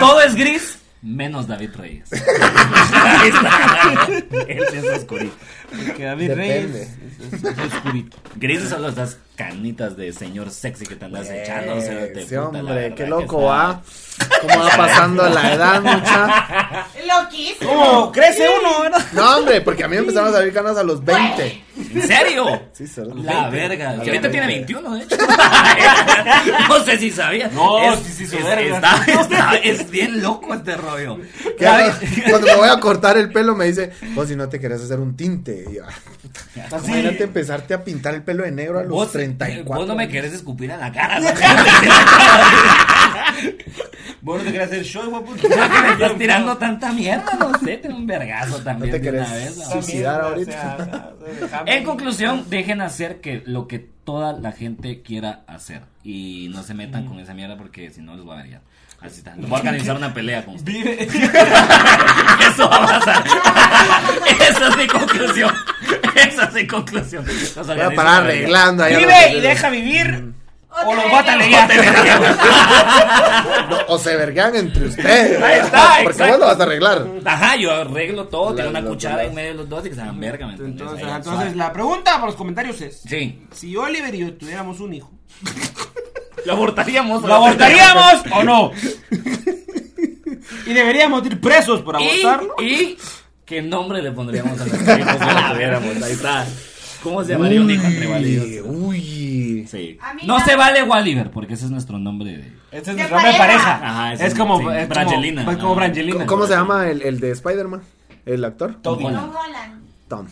Speaker 1: Todo es gris, menos David Reyes. Ahí está. Él sí es oscurito.
Speaker 2: que David Reyes
Speaker 3: Depende.
Speaker 2: es, es- es oscurito.
Speaker 1: Gris son esas canitas de señor sexy que te andas echando. o sea, te puta,
Speaker 3: Ese
Speaker 1: la
Speaker 3: hombre,
Speaker 1: verdad
Speaker 3: qué
Speaker 1: que
Speaker 3: loco
Speaker 1: está-
Speaker 3: ah. va. Cómo va pasando la edad, mucha.
Speaker 4: Loquísimo.
Speaker 2: crece uno, verdad?
Speaker 3: No, hombre, porque a mí me empezaron a salir canas a los 20.
Speaker 1: ¿En serio?
Speaker 3: Sí, solo.
Speaker 1: La verga.
Speaker 3: A
Speaker 1: Que
Speaker 3: los
Speaker 1: ahorita tiene
Speaker 3: 20.
Speaker 1: 21, de hecho. no sé si sabía.
Speaker 2: No, sí, sí, su verga.
Speaker 1: Está, está- es bien loco este rollo.
Speaker 3: Que ahora, cuando me voy a cortar el pelo me dice, vos si no te querés hacer un tinte. Y yo, ah, Imagínate empezarte a pintar el pelo de negro a los
Speaker 1: Vos,
Speaker 3: 34.
Speaker 1: vos no me querés escupir a la cara. ¿no?
Speaker 2: Vos no te querías hacer show, guapo.
Speaker 1: Ya que me estás tirando tanta mierda, no sé, tengo un vergazo
Speaker 3: No
Speaker 1: también.
Speaker 3: te
Speaker 1: de una vez,
Speaker 3: querés
Speaker 1: ¿no?
Speaker 3: suicidar ahorita.
Speaker 1: En conclusión, dejen hacer que lo que toda la gente quiera hacer. Y no se metan con esa mierda porque si no les voy a venir. Así está. Voy a organizar una pelea con ustedes.
Speaker 2: Vive.
Speaker 1: Eso va a pasar. Esa es mi conclusión. Esa es mi conclusión. Nos
Speaker 3: Voy a
Speaker 1: organizamos
Speaker 3: parar
Speaker 1: una pelea.
Speaker 3: arreglando ahí a los
Speaker 2: Vive y
Speaker 3: pelos.
Speaker 2: deja vivir.
Speaker 3: Mm.
Speaker 4: Otra
Speaker 2: O los
Speaker 4: vez.
Speaker 2: botan ya.
Speaker 3: No, o se vergan entre ustedes.
Speaker 1: Ahí está,
Speaker 3: Porque
Speaker 1: exacto.
Speaker 3: vos lo vas a arreglar.
Speaker 1: Ajá, yo arreglo todo. Tengo una
Speaker 3: Las- las-
Speaker 1: cuchara
Speaker 3: las-
Speaker 1: en medio de los dos y que se hagan verga. ¿me entiendes?
Speaker 2: Entonces,
Speaker 1: Ahí,
Speaker 2: entonces la pregunta para los comentarios es:
Speaker 1: suave. Sí.
Speaker 2: Si Oliver y yo tuviéramos un hijo,
Speaker 1: Lo abortaríamos.
Speaker 2: ¿lo abortaríamos o no? Y deberíamos ir presos por
Speaker 1: Y,
Speaker 2: abortarlo.
Speaker 1: y qué nombre le pondríamos a nuestro hijo si lo tuviéramos. Ahí está. ¿Cómo se llamaría un hijo entre
Speaker 3: Uy,
Speaker 1: válidos?
Speaker 3: uy.
Speaker 1: Sí.
Speaker 4: A mí
Speaker 1: No
Speaker 4: ya-
Speaker 1: se vale Walliver porque ese es nuestro nombre de.
Speaker 2: Este es
Speaker 4: De
Speaker 2: nuestro nombre de
Speaker 4: pareja.
Speaker 2: pareja.
Speaker 1: Ajá, es
Speaker 2: es,
Speaker 1: un-
Speaker 2: como,
Speaker 1: sí,
Speaker 2: es como-
Speaker 1: Brangelina,
Speaker 2: es como
Speaker 1: ajá.
Speaker 2: Brangelina.
Speaker 3: ¿Cómo se llama el, el de Spider-Man? ¿El actor?
Speaker 2: Tom.
Speaker 1: Tom Holland.
Speaker 4: Tom Holland.
Speaker 3: Tom.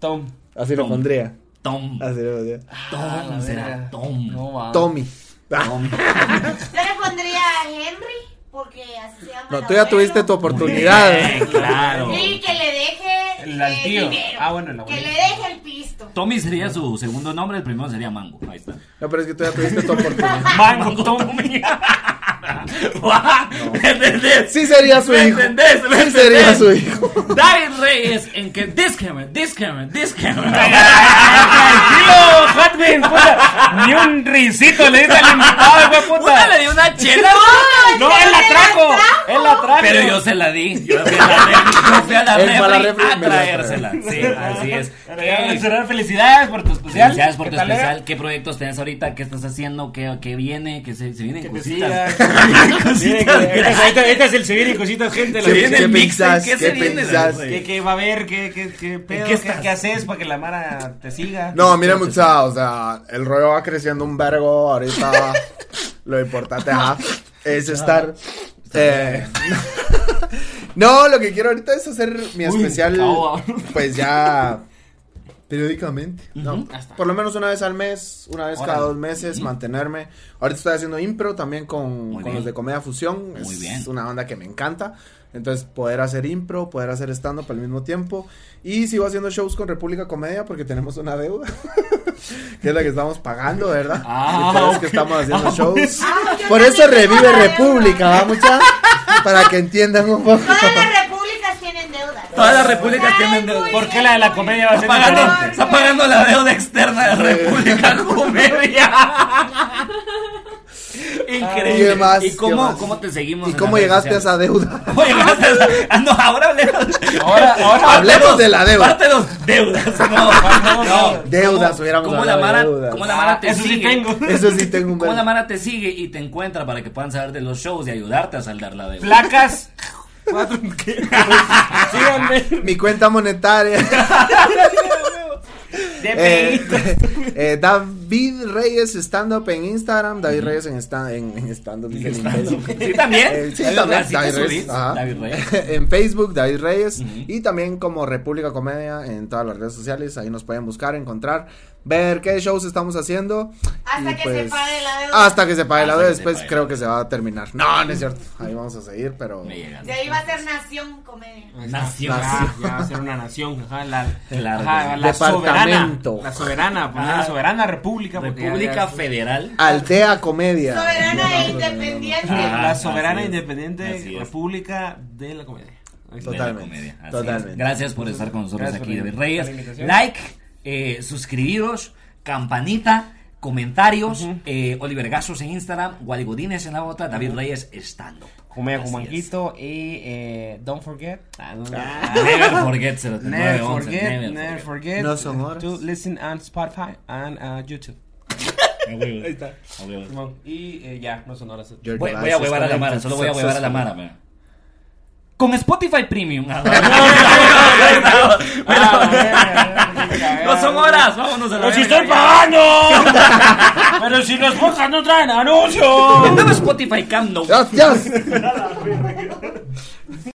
Speaker 2: Tom.
Speaker 3: Así lo
Speaker 1: Tom.
Speaker 3: pondría.
Speaker 1: Tom.
Speaker 3: Así lo pondría.
Speaker 2: Ah, la
Speaker 1: Tom será
Speaker 2: verga.
Speaker 1: Tom.
Speaker 2: No, va.
Speaker 3: Tommy. Ah,
Speaker 1: Tom.
Speaker 4: Yo le pondría Henry, porque así se llama.
Speaker 3: No, tú ya tuviste
Speaker 1: Muy
Speaker 3: tu
Speaker 1: bien,
Speaker 3: oportunidad.
Speaker 1: Eh, claro.
Speaker 4: Sí, que le deje.
Speaker 2: El al
Speaker 4: eh,
Speaker 2: tío.
Speaker 4: dinero.
Speaker 2: Ah, bueno, el
Speaker 4: Que
Speaker 2: abuelo.
Speaker 4: le deje el pisto.
Speaker 1: Tommy sería su segundo nombre, el primero sería Mango. Ahí está.
Speaker 3: No, pero es que tú ya tuviste tu oportunidad.
Speaker 1: Mango Tommy. Guau, ¿Me entendés?
Speaker 3: Sí sería su
Speaker 1: ¿Me
Speaker 3: hijo.
Speaker 1: entendés? ¿Me
Speaker 3: Sí sería
Speaker 1: entendés?
Speaker 3: su hijo.
Speaker 1: David Reyes en que this camera, this camera, this camera.
Speaker 2: ¡Tranquilo, Hatwin! puta! Ni un risito le diste al invitado, hijo de
Speaker 1: Puta, le
Speaker 2: puta.
Speaker 1: di una chela.
Speaker 2: No, él la trajo. Él la trajo.
Speaker 1: Pero yo se la di. Yo fui a la refri, yo fui a la
Speaker 3: Él fue a la
Speaker 1: refri
Speaker 3: refri y
Speaker 1: a
Speaker 3: me la
Speaker 1: traérsela. Sí, así es.
Speaker 2: Pero ya,
Speaker 1: Ey,
Speaker 2: Monserrat, felicidades por tu especial.
Speaker 1: Felicidades por
Speaker 2: ¿Qué
Speaker 1: tu
Speaker 2: tal era?
Speaker 1: especial. ¿Qué proyectos tenés ahorita? ¿Qué estás haciendo? ¿Qué, qué viene? ¿Qué se, se vienen
Speaker 2: Que te
Speaker 1: cositas?
Speaker 2: sigas. Miren, que-
Speaker 1: grandes.
Speaker 2: ahorita- Ahorita es el civil y cositas, gente.
Speaker 1: Se
Speaker 2: lo-
Speaker 1: viene el
Speaker 3: ¿Qué
Speaker 1: mixtape.
Speaker 3: pensás?
Speaker 1: ¿Qué se
Speaker 3: ¿Qué
Speaker 1: viene? la
Speaker 3: pensás?
Speaker 1: verdad?
Speaker 2: ¿Qué, qué va a haber? ¿Qué, qué, qué pedo?
Speaker 1: qué
Speaker 2: ¿Qué,
Speaker 1: estás?
Speaker 2: qué haces para que la Mara te siga?
Speaker 3: No, mira, mucha, o sea, el rollo va creciendo un vergo ahorita. lo importante ajá, es estar. eh, no, lo que quiero ahorita es hacer mi especial.
Speaker 2: caoba.
Speaker 3: Pues ya. Periódicamente, ¿no?
Speaker 1: Ujú.
Speaker 3: Por lo menos una vez al mes, una vez cada
Speaker 1: Órale.
Speaker 3: dos meses, mantenerme. Ahorita estoy haciendo impro también con, con
Speaker 1: bien.
Speaker 3: los de Comedia Fusión.
Speaker 1: Muy
Speaker 3: es
Speaker 1: bien.
Speaker 3: una banda que me encanta. Entonces, poder hacer impro, poder hacer stand-up al mismo tiempo. Y sigo haciendo shows con República Comedia porque tenemos una deuda. que es la que estamos pagando, ¿verdad?
Speaker 2: Ah,
Speaker 3: Entonces,
Speaker 2: ok.
Speaker 3: que estamos haciendo shows.
Speaker 4: Ah, yo
Speaker 3: Por
Speaker 4: también
Speaker 3: eso
Speaker 4: tengo
Speaker 3: revive
Speaker 4: una deuda.
Speaker 3: República, ¿va, mucha? Para que entiendan un poco.
Speaker 4: Todas las repúblicas tienen deudas.
Speaker 1: Todas las repúblicas
Speaker 4: Ay,
Speaker 1: tienen deudas.
Speaker 4: muy
Speaker 2: ¿Por qué
Speaker 4: bien,
Speaker 2: la de la
Speaker 4: muy
Speaker 2: comedia
Speaker 4: bien.
Speaker 2: va a
Speaker 1: Está
Speaker 2: ser
Speaker 1: pagando,
Speaker 2: diferente?
Speaker 1: está pagando la deuda externa de República Comedia. Increíble.
Speaker 3: ¿Qué más?
Speaker 1: ¿Y cómo,
Speaker 3: ¿Qué más?
Speaker 1: cómo te seguimos?
Speaker 3: ¿Y
Speaker 1: en
Speaker 3: cómo
Speaker 1: las redes
Speaker 3: llegaste a esa
Speaker 1: sociales?
Speaker 3: deuda?
Speaker 1: ¿Cómo llegaste a esa? Ah, no, ahora hablemos.
Speaker 2: Ahora, ahora.
Speaker 3: Hablemos de la deuda.
Speaker 1: Parte dos deudas. No, no.
Speaker 3: Deudas,
Speaker 1: ¿Cómo-
Speaker 3: hubiéramos
Speaker 1: cómo la
Speaker 3: hablado de
Speaker 1: Mara,
Speaker 3: deudas. Ah,
Speaker 1: cómo la Mara te
Speaker 2: Eso sí
Speaker 1: sigue?
Speaker 2: tengo.
Speaker 3: Eso sí tengo un
Speaker 1: ¿Cómo la
Speaker 3: vergo.
Speaker 1: Mara te sigue y te encuentra para que puedan saber de los shows y ayudarte a saldar la deuda?
Speaker 2: Placas. Cuatro. ¿qué? Síganme.
Speaker 3: Mi cuenta monetaria. Eh, eh, David Reyes Stand Up en Instagram. David Reyes en, sta- en, en Stand Up. dice el imbécil.
Speaker 2: Sí, también.
Speaker 3: Eh, sí,
Speaker 1: David
Speaker 3: también,
Speaker 1: Reyes,
Speaker 3: David
Speaker 1: ¿sí te
Speaker 3: Reyes,
Speaker 1: subís?
Speaker 3: ajá.
Speaker 1: David Reyes.
Speaker 3: en Facebook, David Reyes.
Speaker 1: Ujú.
Speaker 3: Y también como República Comedia en todas las redes sociales. Ahí nos pueden buscar, encontrar, ver qué shows estamos haciendo.
Speaker 4: Hasta
Speaker 3: Y,
Speaker 4: que se pague la deuda.
Speaker 3: pues. Hasta que se pague la
Speaker 1: Hasta
Speaker 3: deuda.
Speaker 1: que se
Speaker 3: Después
Speaker 1: pague la
Speaker 3: creo que se va a terminar. No, no es cierto. Ahí vamos a seguir, pero.
Speaker 1: Me llegan.
Speaker 4: De ahí va a ser Nación Comedia.
Speaker 1: Nación.
Speaker 2: Ah, ya va a ser una nación. Ajá, la,
Speaker 1: Claro.
Speaker 2: ajá, la soberana.
Speaker 3: Departamento.
Speaker 2: La soberana, pues,
Speaker 1: Ajá.
Speaker 2: la soberana república. porque ya-
Speaker 1: República
Speaker 2: ya-
Speaker 1: Federal.
Speaker 3: Aldea Comedia.
Speaker 4: Soberana e
Speaker 3: No, no, no, no, no.
Speaker 4: independiente.
Speaker 1: Ajá.
Speaker 2: La
Speaker 1: así
Speaker 2: soberana
Speaker 1: es.
Speaker 2: independiente
Speaker 1: Así es.
Speaker 2: república de la comedia.
Speaker 1: de
Speaker 2: Ahí está.
Speaker 1: la
Speaker 3: Totalmente,
Speaker 1: comedia. Así
Speaker 3: totalmente.
Speaker 1: es. Gracias por estar con nosotros
Speaker 2: Gracias por
Speaker 1: aquí,
Speaker 2: la-
Speaker 1: David
Speaker 2: por la
Speaker 1: Reyes.
Speaker 2: invitación.
Speaker 1: Like, eh, suscribiros, campanita, comentarios. eh, Oliver Gasos en Instagram, Wally Godínez en la otra, David Reyes estando.
Speaker 2: Comedia con
Speaker 1: Así es.
Speaker 2: Manquito y eh, Don't Forget. Ah, no, no.
Speaker 1: Never forget 0911,
Speaker 2: Never forget, never,
Speaker 1: never forget.
Speaker 2: forget.
Speaker 3: No son horas.
Speaker 2: To listen on Spotify and uh, YouTube.
Speaker 1: Ahí está.
Speaker 2: Simón. Y eh, ya, no son horas.
Speaker 3: Your
Speaker 1: Voy,
Speaker 3: device
Speaker 1: voy a
Speaker 3: is
Speaker 1: huevar a la Mara,
Speaker 3: connected
Speaker 1: solo voy a huevar a la
Speaker 3: successfully.
Speaker 1: Mara, mira. Con Spotify Premium. No son horas, vámonos a la verga, ya.
Speaker 2: Pero si los podcasts no traen anuncios.
Speaker 1: El nuevo Spotify Cam no.
Speaker 3: Yes, yes.